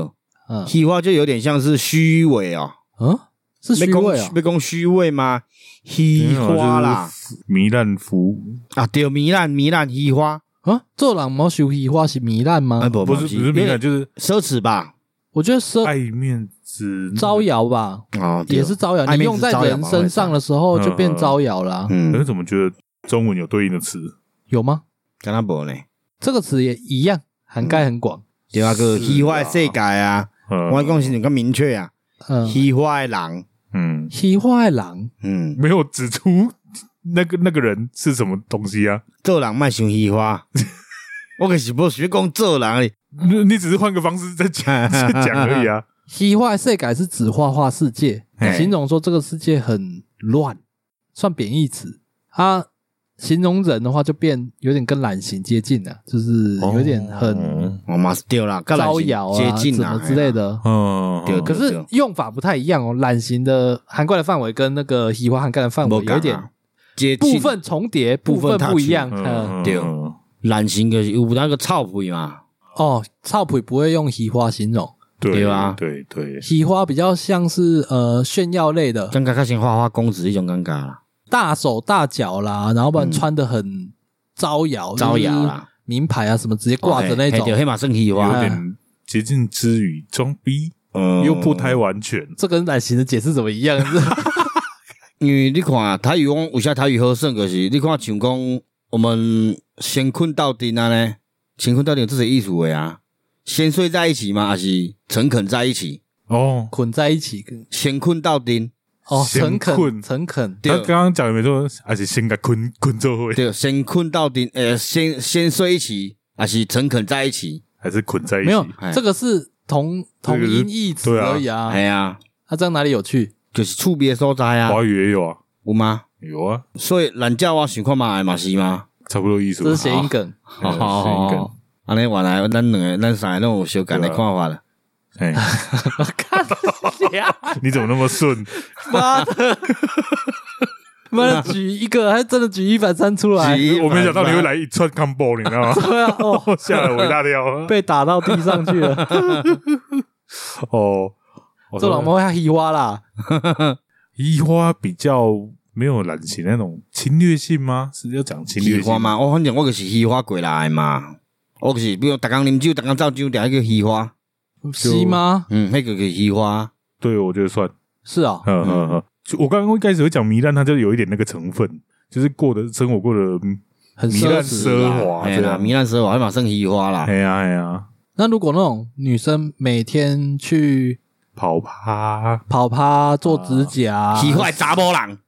Speaker 1: 嗯
Speaker 3: 虚化就有点像是虚伪哦，
Speaker 1: 嗯，是虚伪啊
Speaker 3: 要，讲虚伪吗？虚
Speaker 2: 啊
Speaker 3: 化啦，
Speaker 2: 糜烂服
Speaker 3: 啊，对，糜烂糜烂虚化，
Speaker 1: 啊，做人毛修喜花是糜烂吗
Speaker 3: 啊？不
Speaker 2: 不是不是糜烂，就是
Speaker 3: 奢侈吧？
Speaker 1: 我觉得
Speaker 3: 呃
Speaker 1: 奢
Speaker 2: 爱面子
Speaker 1: 招摇吧，
Speaker 3: 哦，对
Speaker 1: 也是，招摇。
Speaker 3: 暧昧
Speaker 1: 你
Speaker 3: 是
Speaker 1: 用在
Speaker 3: 招摇
Speaker 1: 人
Speaker 3: 嘛
Speaker 1: 身上的时候
Speaker 2: 嗯
Speaker 1: 就变招摇啦、
Speaker 2: 可是
Speaker 3: 嗯，
Speaker 2: 怎么觉得中文有对应的词？
Speaker 1: 有吗？
Speaker 3: 敢若无呢？
Speaker 1: 这个词也一样，涵盖很广。
Speaker 3: 对啊，个
Speaker 2: 是啊
Speaker 3: 虚化的世界啊，
Speaker 2: 嗯
Speaker 3: 我讲是你较明确啊，
Speaker 1: 嗯，
Speaker 3: 喜欢的人，
Speaker 2: 嗯，
Speaker 1: 喜欢的人，
Speaker 3: 嗯，
Speaker 2: 没有指出那个那个人是什么东西啊？
Speaker 3: 做人莫想喜欢。 我可是无想讲做人的，
Speaker 2: 你你只是换个方式在 讲在讲而已啊。
Speaker 1: 喜欢的世界是指画画世界，
Speaker 2: 嘿
Speaker 1: 形容说这个世界很乱，算贬义词。啊，形容人的话就变有点跟懒型接近了，就是
Speaker 2: 哦
Speaker 1: 有点很
Speaker 2: 嗯
Speaker 3: 哦我嘛是对啦，跟人
Speaker 1: 招
Speaker 3: 是
Speaker 1: 摇啊，
Speaker 3: 接近哦
Speaker 1: 什
Speaker 3: 啦
Speaker 1: 么之类。的。
Speaker 2: 嗯，
Speaker 3: 对
Speaker 1: 可是用法不太一样哦，懒型的涵盖的范围跟那个喜欢涵盖的范
Speaker 3: 无
Speaker 1: 围有一点
Speaker 3: 接近
Speaker 1: 部分重叠，部
Speaker 3: 啊部分
Speaker 1: 分不一样。嗯，
Speaker 2: 嗯
Speaker 3: 呃对懒型就是有那个臭屁嘛，
Speaker 1: 哦，草谱不会用喜花形容，
Speaker 2: 对
Speaker 3: 对啊
Speaker 2: 对对，
Speaker 1: 喜花比较像是呃炫耀类的，
Speaker 3: 感觉较像花花公子迄种感觉啦，
Speaker 1: 大手大脚啦，然后不然穿的很招摇，
Speaker 3: 招摇啦，哦
Speaker 1: 就是名牌啊什么直接挂着那
Speaker 3: 嘿嘿对，
Speaker 1: 种，
Speaker 3: 黑马算啊喜
Speaker 2: 有
Speaker 3: 欢，
Speaker 2: 点接近之语装逼，
Speaker 3: 嗯
Speaker 2: 又不太完全。
Speaker 1: 这跟懒型的解释怎么一样？
Speaker 3: 因为你看啊，台语讲有些台语好耍，就是你看像讲我们先困到底啊呢，先困到底有这些意思的啊，先睡在一起嘛，还是诚恳在一起？
Speaker 2: 哦，
Speaker 1: 捆在一起
Speaker 3: 先困到底，
Speaker 1: 哦，诚
Speaker 2: 先
Speaker 1: 恳，
Speaker 2: 困
Speaker 1: 诚恳，
Speaker 2: 他
Speaker 3: 对
Speaker 2: 刚刚讲的没错，而且先给困困做会，
Speaker 3: 对，先困到底，呃，先先睡一起，还是诚恳在一起？
Speaker 2: 还是捆在一起？
Speaker 1: 没有
Speaker 3: 哎
Speaker 1: 这个是同
Speaker 2: 这
Speaker 1: 同
Speaker 2: 个是
Speaker 1: 音义词
Speaker 2: 对啊
Speaker 1: 而已啊
Speaker 3: 哎。呀，
Speaker 1: 那这样哪里有趣？
Speaker 3: 就是触别所在啊，
Speaker 2: 华语也有啊，
Speaker 3: 有吗？
Speaker 2: 有啊，
Speaker 3: 所以懒觉我想看嘛，嘛是吗？
Speaker 2: 差不多意思吧。
Speaker 1: 这是谐音梗。
Speaker 3: 好好好好，啊安尼原来咱两个咱三个拢有相共的看法了。
Speaker 2: 哎，
Speaker 1: 看谁啊？
Speaker 2: 你怎么那么顺？
Speaker 1: 妈的！妈的，举一个，还真的举一反三出来。
Speaker 3: 是
Speaker 2: 我没想到你会来一串 combo，你知道吗？
Speaker 1: 对啊，哦，
Speaker 2: 吓了我一 大跳。
Speaker 1: 被打到地上去了。
Speaker 2: 哦，我
Speaker 1: 做
Speaker 2: 说
Speaker 1: 老猫要移花啦，
Speaker 2: 移花比较没有懒型那种侵略性吗？是要讲侵略
Speaker 3: 喜
Speaker 2: 性
Speaker 3: 欢
Speaker 2: 吗？
Speaker 3: 嘛，我反正我就是喜欢过来的嘛。我就是比如逐工啉酒，逐工造酒，定迄个喜欢，
Speaker 1: 是吗？
Speaker 3: 嗯，迄个是喜欢，
Speaker 2: 对，我觉得算。
Speaker 1: 是啊，
Speaker 2: 嗯嗯嗯，就我刚刚一开始会讲糜烂，它就有一点那个成分，就是过的生活过得，嗯
Speaker 1: 很
Speaker 2: 糜
Speaker 1: 奢
Speaker 2: 烂
Speaker 1: 侈。啊
Speaker 2: 奢华
Speaker 3: 哎
Speaker 2: 这
Speaker 3: 啦，
Speaker 2: 样
Speaker 3: 糜烂奢华，还嘛算喜欢啦
Speaker 2: 哎。呀哎呀，
Speaker 1: 那如果那种女生每天去
Speaker 2: 跑趴
Speaker 1: 跑趴、做指甲，啊
Speaker 3: 喜欢的查某人，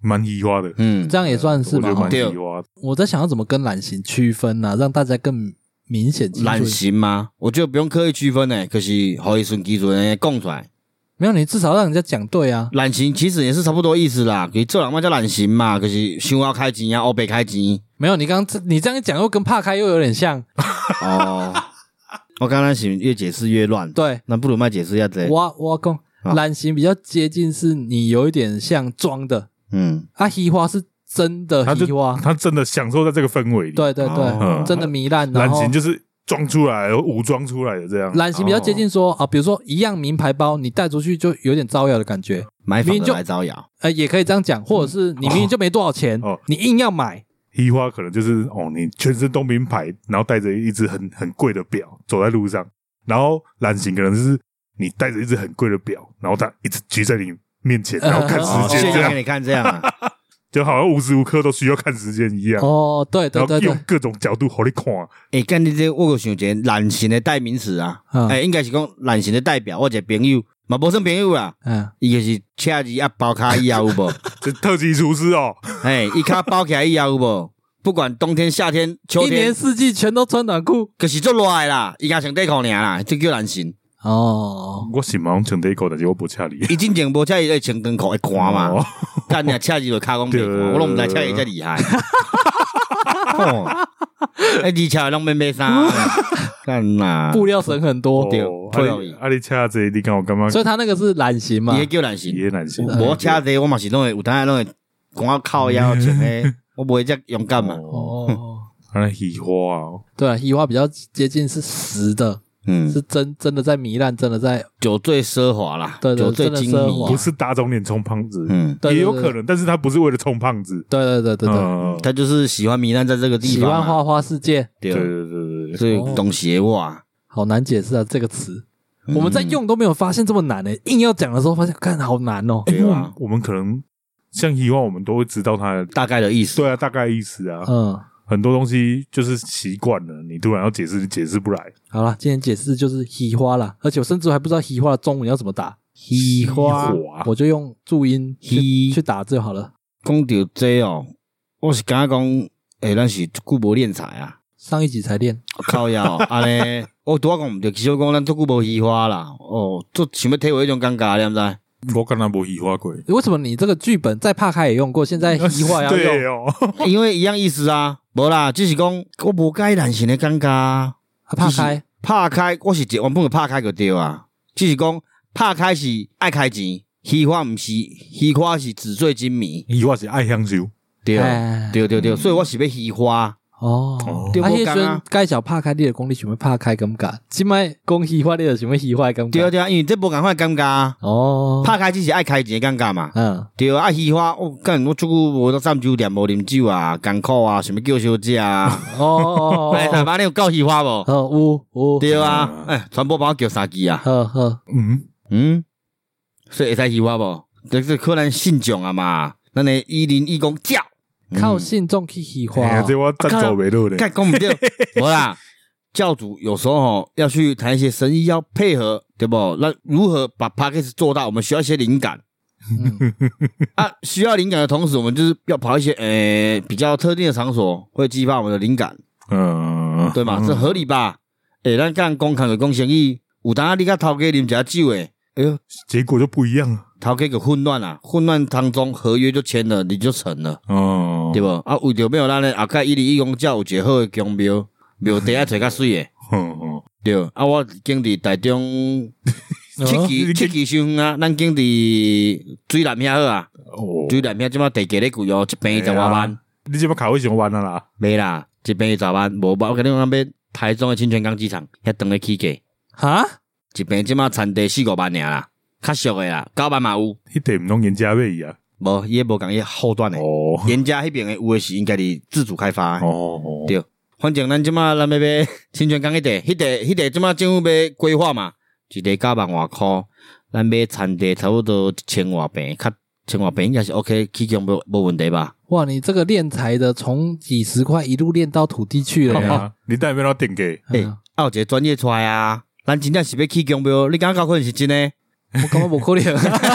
Speaker 2: 蛮移花的，
Speaker 3: 嗯
Speaker 1: 这，样也算是
Speaker 2: 我觉
Speaker 1: 吧
Speaker 2: 得？蛮
Speaker 3: 对
Speaker 2: 移花的。
Speaker 1: 我在想要怎么跟懒型区分呢、让大家更明显清楚。
Speaker 3: 懒型吗？我觉得不用刻意区分诶，可是互伊顺其自然地讲出来。
Speaker 1: 没有，你至少让人家讲对啊。
Speaker 3: 懒型其实也是差不多意思啦，可是做人嘛叫懒型嘛，可是想要开钱啊，乌白开钱。
Speaker 1: 没有，你刚这你这样一讲又跟怕开又有点像。
Speaker 3: 哦，我刚刚是越解释越乱，
Speaker 1: 对，
Speaker 3: 那不如卖解释一下这。
Speaker 1: 我我讲
Speaker 3: 啊
Speaker 1: 懒型比较接近是你有一点像装的，
Speaker 3: 嗯，
Speaker 1: 啊，嘻花是真的
Speaker 2: 他
Speaker 1: 嘻
Speaker 2: 就
Speaker 1: 花，
Speaker 2: 他真的享受在这个氛围里，
Speaker 1: 啊对对
Speaker 2: 哦
Speaker 1: 对，真的糜烂。然
Speaker 2: 懒
Speaker 1: 后
Speaker 2: 型就是装出来、武装出来的这样。
Speaker 1: 懒型比较接近说啊，比如说一样名牌包，你带出去就有点招摇的感觉。
Speaker 3: 买房
Speaker 1: 明明
Speaker 3: 的
Speaker 1: 就
Speaker 3: 来招摇，
Speaker 1: 呃，也可以这样讲，或者是你明明就没多少钱
Speaker 2: 嗯哦，
Speaker 1: 你硬要买，
Speaker 2: 移花可能就是哦，你全身都名牌，然后带着一只很很贵的表走在路上，然后懒型可能是你带着一只很贵的表，然后它一直举在你面前，然后看
Speaker 1: 哦
Speaker 2: 时间这
Speaker 3: 现在
Speaker 2: 样
Speaker 3: 给，你看这样啊，
Speaker 2: 就好像无时无刻都需要看时间一样，
Speaker 1: 哦，对对
Speaker 2: 然后
Speaker 1: 对
Speaker 2: 用
Speaker 1: 对，
Speaker 2: 各种角度给你看。
Speaker 3: 诶，干你这我有想一个懒型的代名词啊，诶、
Speaker 1: 嗯
Speaker 2: 哎
Speaker 3: 应该是讲懒型的代表，我一个朋友，嘛无算朋友啦，
Speaker 1: 嗯，
Speaker 3: 伊就是车子啊包卡以后有无？
Speaker 2: 这特级厨师哦，
Speaker 3: 诶，伊卡包起来以后有无？不管冬天、夏天、秋
Speaker 1: 一年
Speaker 3: 天，
Speaker 1: 四季全都穿短裤。
Speaker 3: 就是做热的啦，伊敢穿短裤尔啦，这叫懒型。
Speaker 1: 哦，
Speaker 2: 我是忙穿短裤，但是我不恰你。
Speaker 3: 伊进前无车伊会穿短裤会寒嘛
Speaker 2: 哦，
Speaker 3: 干你啊车伊就卡讲袂寒，我拢毋知车伊遮厉害。哦，哎，二车拢免买衫啊，干呐，
Speaker 1: 布料省很
Speaker 2: 哦
Speaker 1: 多，
Speaker 3: 对退
Speaker 2: 阿
Speaker 3: 后
Speaker 2: 里
Speaker 3: 一
Speaker 2: 阿里恰这，啊你看我干嘛？
Speaker 1: 所以呃他那个是懒型嘛
Speaker 3: 伊。迄叫懒型。
Speaker 2: 哦也难行。
Speaker 3: 无车侪我嘛是拢会有当拢会讲我靠腰穿 诶，我袂遮勇敢嘛。
Speaker 2: 哦，
Speaker 1: 哦，
Speaker 2: 那喜花哦，
Speaker 1: 对啊，嘻花比较接近是实的，
Speaker 3: 嗯
Speaker 1: 是，真真的在糜烂，真的在
Speaker 3: 酒醉奢华啦，
Speaker 1: 对对
Speaker 3: 酒醉
Speaker 1: 真
Speaker 3: 金
Speaker 1: 的奢华
Speaker 2: 不
Speaker 3: 迷。
Speaker 2: 是打肿脸充胖子，
Speaker 3: 嗯，
Speaker 1: 对
Speaker 2: 也有
Speaker 1: 对
Speaker 2: 可能，但是他不是为了充胖子。
Speaker 1: 对对对对对，
Speaker 2: 嗯
Speaker 3: 他就是喜欢糜烂在这个地
Speaker 1: 喜
Speaker 3: 方
Speaker 1: 欢
Speaker 3: 嘛，
Speaker 1: 花花世界，
Speaker 2: 对
Speaker 3: 对，
Speaker 2: 对对对对，
Speaker 3: 所以懂鞋袜。
Speaker 1: 好难解释啊这个词，
Speaker 3: 嗯
Speaker 1: 我们在用都没有发现这么难呢、欸硬要讲的时候发现，看好难
Speaker 2: 哎
Speaker 1: 哦、
Speaker 3: 对啊，
Speaker 2: 我们可能像以往我们都会知道他的，
Speaker 3: 大概的意思。
Speaker 2: 对啊，大概意思啊。
Speaker 1: 嗯，
Speaker 2: 很多东西就是习惯了，你突然要解释，你解释不来。
Speaker 1: 好啦，今天解释就是喜花啦，而且我甚至还不知道喜花的中文要怎么打，喜花
Speaker 2: 喜花，
Speaker 1: 我就用注音去
Speaker 3: 喜
Speaker 1: 去打就好了。
Speaker 3: 讲到这哦，我是感觉讲，诶、咱是久无练才 啊，
Speaker 1: 上一集才练，
Speaker 3: 靠腰安尼，我拄仔讲毋对，其实我讲咱足久无喜欢啦，哦，足想要体会迄种尴尬，你毋知？
Speaker 2: 我跟他没喜欢过，
Speaker 1: 为什么你这个剧本在帕开也用过，现 在喜花要
Speaker 2: 对
Speaker 1: 用
Speaker 2: 哦，
Speaker 3: 欸因为一样意思啊，无啦，只是讲我无解男性的尴尬、啊，
Speaker 1: 啊帕开？
Speaker 3: 拍开我是一原本就拍开就对啊，只是讲拍开是爱开钱，喜欢毋是喜欢是纸醉金迷，
Speaker 2: 喜欢是爱享受，
Speaker 3: 对啊
Speaker 1: 哎
Speaker 3: 对对对，所以我是要喜欢，
Speaker 1: 哦
Speaker 2: 哦，
Speaker 3: 对
Speaker 1: 啊，
Speaker 3: 我
Speaker 1: 迄
Speaker 3: 讲
Speaker 1: 阵
Speaker 3: 啊
Speaker 1: 介绍拍开你的功力，想要拍开感觉，即摆讲喜欢你就想要喜欢感
Speaker 3: 对啊
Speaker 1: 觉。
Speaker 3: 对啊，因为这无共款的尴尬啊，
Speaker 1: 哦，
Speaker 3: 拍开只是爱开钱的尴尬嘛。
Speaker 1: 嗯，
Speaker 3: 对啊，啊，喜欢我干，我足久无到占酒店，无啉酒啊，艰苦啊，想要叫小姐啊，
Speaker 1: 哦哦
Speaker 3: 哎，大
Speaker 1: 哦
Speaker 3: 妈你有够喜欢无？
Speaker 1: 哦，有有，
Speaker 3: 对啊，哎，传播帮我叫三支啊，
Speaker 1: 好好，
Speaker 2: 嗯，
Speaker 3: 嗯，所以会使喜欢无？就是可能信众啊嘛，咱诶一零一公叫
Speaker 1: 靠信众去喜
Speaker 2: 嗯哎呀
Speaker 1: 欢，
Speaker 2: 这我赞助袂落咧，
Speaker 3: 干讲毋对，无啦。教主有时候吼要去谈一些生意，要配合，对不？那如何把 p a c k a g e 做大？我们需要一些灵感
Speaker 1: 嗯
Speaker 3: 啊，需要灵感的同时，我们就是要跑一些诶、呃比较特定的场所，会激发我们的灵感，
Speaker 2: 嗯，
Speaker 3: 对嘛？这合理吧？诶、咱干讲看就讲生意，有当啊你甲头家啉一下酒诶，哎呦，
Speaker 2: 结果就不一样了，
Speaker 3: 头家就混乱啊，混乱当中合约就签了，你就成了。
Speaker 2: 哦，
Speaker 3: 对无啊，为着没有咱咧后盖一零一公教有一个好诶宫庙，庙地啊找较水诶。
Speaker 2: 嗯嗯，
Speaker 3: 对，啊，我经伫台中 七
Speaker 2: 哦
Speaker 3: 期七期伤远啊，咱经伫水南遐好啊，
Speaker 2: 哦，哎
Speaker 3: 水南遐即马地价咧贵哦，一边十外万，
Speaker 2: 你这么卡位想玩啊啦？
Speaker 3: 没啦，一边十万，无吧？我跟你讲，要台中诶清泉港机场遐当咧起价，
Speaker 1: 哈，
Speaker 3: 一边即马产地四五万尔啦，较俗诶啦，九万嘛有，
Speaker 2: 迄地毋拢人家买伊啊，
Speaker 3: 无伊迄无共伊后段诶，
Speaker 2: 哦
Speaker 3: 人家迄边诶有诶是应该伫自主开发的。
Speaker 2: 哦，
Speaker 3: 对，反正咱即马咱要 买清泉港迄地，迄地迄地即马政府要规划嘛，一地九万外箍，咱买田地差不多一千外平，较千外平应该是 OK，起价无无问题吧？
Speaker 1: 哇，你这个练财的，从几十块一路练到土地去了
Speaker 2: 对
Speaker 1: 呀。
Speaker 2: 啊，你带变到点给，
Speaker 3: 诶、
Speaker 1: 嗯
Speaker 3: 啊有一个专业出来啊，咱真正是要起价无？你感觉可能是真诶，
Speaker 1: 我感觉无可 能。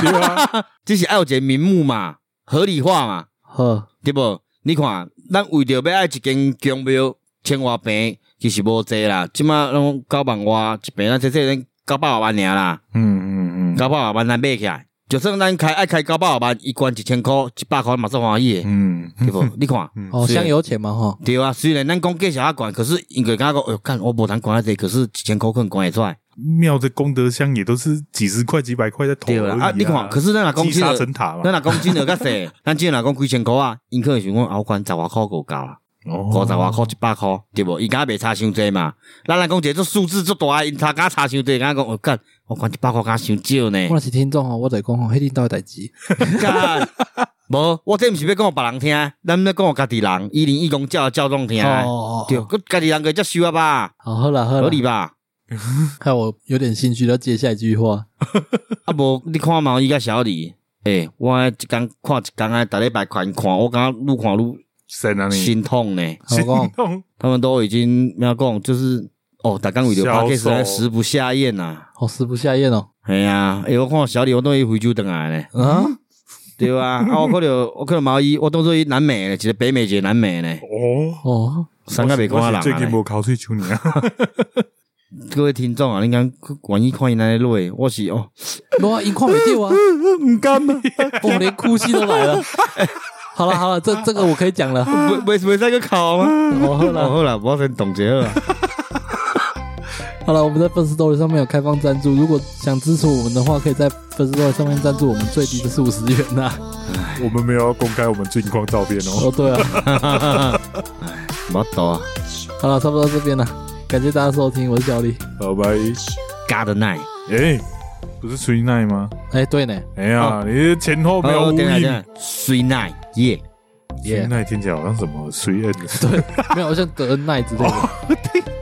Speaker 2: 对啊，
Speaker 3: 只是爱有一个名目嘛，合理化嘛，
Speaker 1: 呵，
Speaker 3: 对无？你看，咱为着要爱一间姜庙，千外平其实无济啦，即马拢九万外，一平咱这这咱九百外万尔啦。
Speaker 2: 嗯嗯嗯，
Speaker 3: 九百外万咱买起来，就算咱开爱开九百外万，一罐一千箍，一百箍嘛算欢喜的，
Speaker 2: 嗯，
Speaker 3: 对 不？你看，
Speaker 1: 哦，
Speaker 3: 是
Speaker 1: 香油钱嘛，哈，
Speaker 3: 对啊，虽然咱讲价钱较悬，可是因个感觉讲，哎呦，干我无通管啊这，可是一千箍可能管会出来，
Speaker 2: 庙的功德箱也都是几十块、几百块在投
Speaker 3: 对
Speaker 2: 而
Speaker 3: 啦
Speaker 2: 已
Speaker 3: 啊，你看，可是咱若讲
Speaker 2: 积
Speaker 3: 金
Speaker 2: 沙
Speaker 3: 额，
Speaker 2: 成塔
Speaker 3: 咱
Speaker 2: 嘛，
Speaker 3: 若讲金额 较细，咱只若讲几千箍啊，因可能想讲啊，我管十外箍够够啊，
Speaker 2: 哦
Speaker 3: 五十外箍一百箍，对无？伊敢袂差伤济嘛？咱若讲一个这数字足大的，因差敢差伤济，敢讲我哦干，我管一百箍敢伤少呢
Speaker 1: 我？若是听众哦，我在讲哦，迄领导的代志，
Speaker 3: 干，无，我这毋是要讲互别人听，咱要讲互家己人，一零一公教教众听
Speaker 1: 哦
Speaker 3: 的，
Speaker 1: 哦，哦
Speaker 3: 对，，佮家己人个接受啊吧，
Speaker 1: 好，好啦好
Speaker 3: 合
Speaker 1: 啦，
Speaker 3: 理吧？
Speaker 1: 害我有点兴趣要接下一句话，
Speaker 3: 啊无，你看嘛，伊甲小李，诶、我一工看一工啊，逐礼拜看看，我感觉愈看愈
Speaker 2: 神啊你，
Speaker 3: 心痛呢。
Speaker 1: 我讲，
Speaker 2: 痛，
Speaker 3: 他们都已经咩讲，就是哦，逐工为着
Speaker 2: 销售
Speaker 3: p 始 c 食不下咽呐、啊。
Speaker 1: 我食不下咽哦，
Speaker 3: 哎呀、诶、我看小李，我都伊非洲倒来呢，
Speaker 1: 啊，
Speaker 3: 对啊，啊，我看着 我看着毛伊，我当做伊南美呢，一个北美，一个南美呢，
Speaker 2: 哦，
Speaker 1: 哦，
Speaker 3: 三个袂看人啊
Speaker 2: 最
Speaker 3: 呢
Speaker 2: 近无口水求你啊，
Speaker 3: 各位听众啊，你敢愿意看伊那落？我是 哦，
Speaker 1: 我一看没掉 啊，
Speaker 3: 唔甘 啊，
Speaker 1: 我连哭戏都来了。好了好了，这这个我可以讲了。
Speaker 3: 袂袂袂使个考吗？
Speaker 1: 哦好
Speaker 3: 哦
Speaker 1: 了
Speaker 3: 好啦，我先冻结 好啦。
Speaker 1: 好了，我们在 First Story 上面有开放赞助，如果想支持我们的话，可以在 First Story 上面赞助，我们最低的是五十元呐、
Speaker 2: 我们没有要公开我们近况照片哦，
Speaker 1: 哦，对啊。
Speaker 3: 冇多
Speaker 1: 好了，差不多到这边了，感谢大家收听，我是小李。
Speaker 2: 好拜，
Speaker 3: ，God night。
Speaker 2: 哎，不是吹奶吗？
Speaker 1: 哎、对呢，
Speaker 2: 哎呀，你前后没有
Speaker 3: 哦，
Speaker 2: 呼
Speaker 3: 等一下等一
Speaker 2: 应，
Speaker 3: 下，Three night，耶！
Speaker 2: 吹奶听起来好像什么随恩，
Speaker 1: 对，没有，好像德恩奈之类的。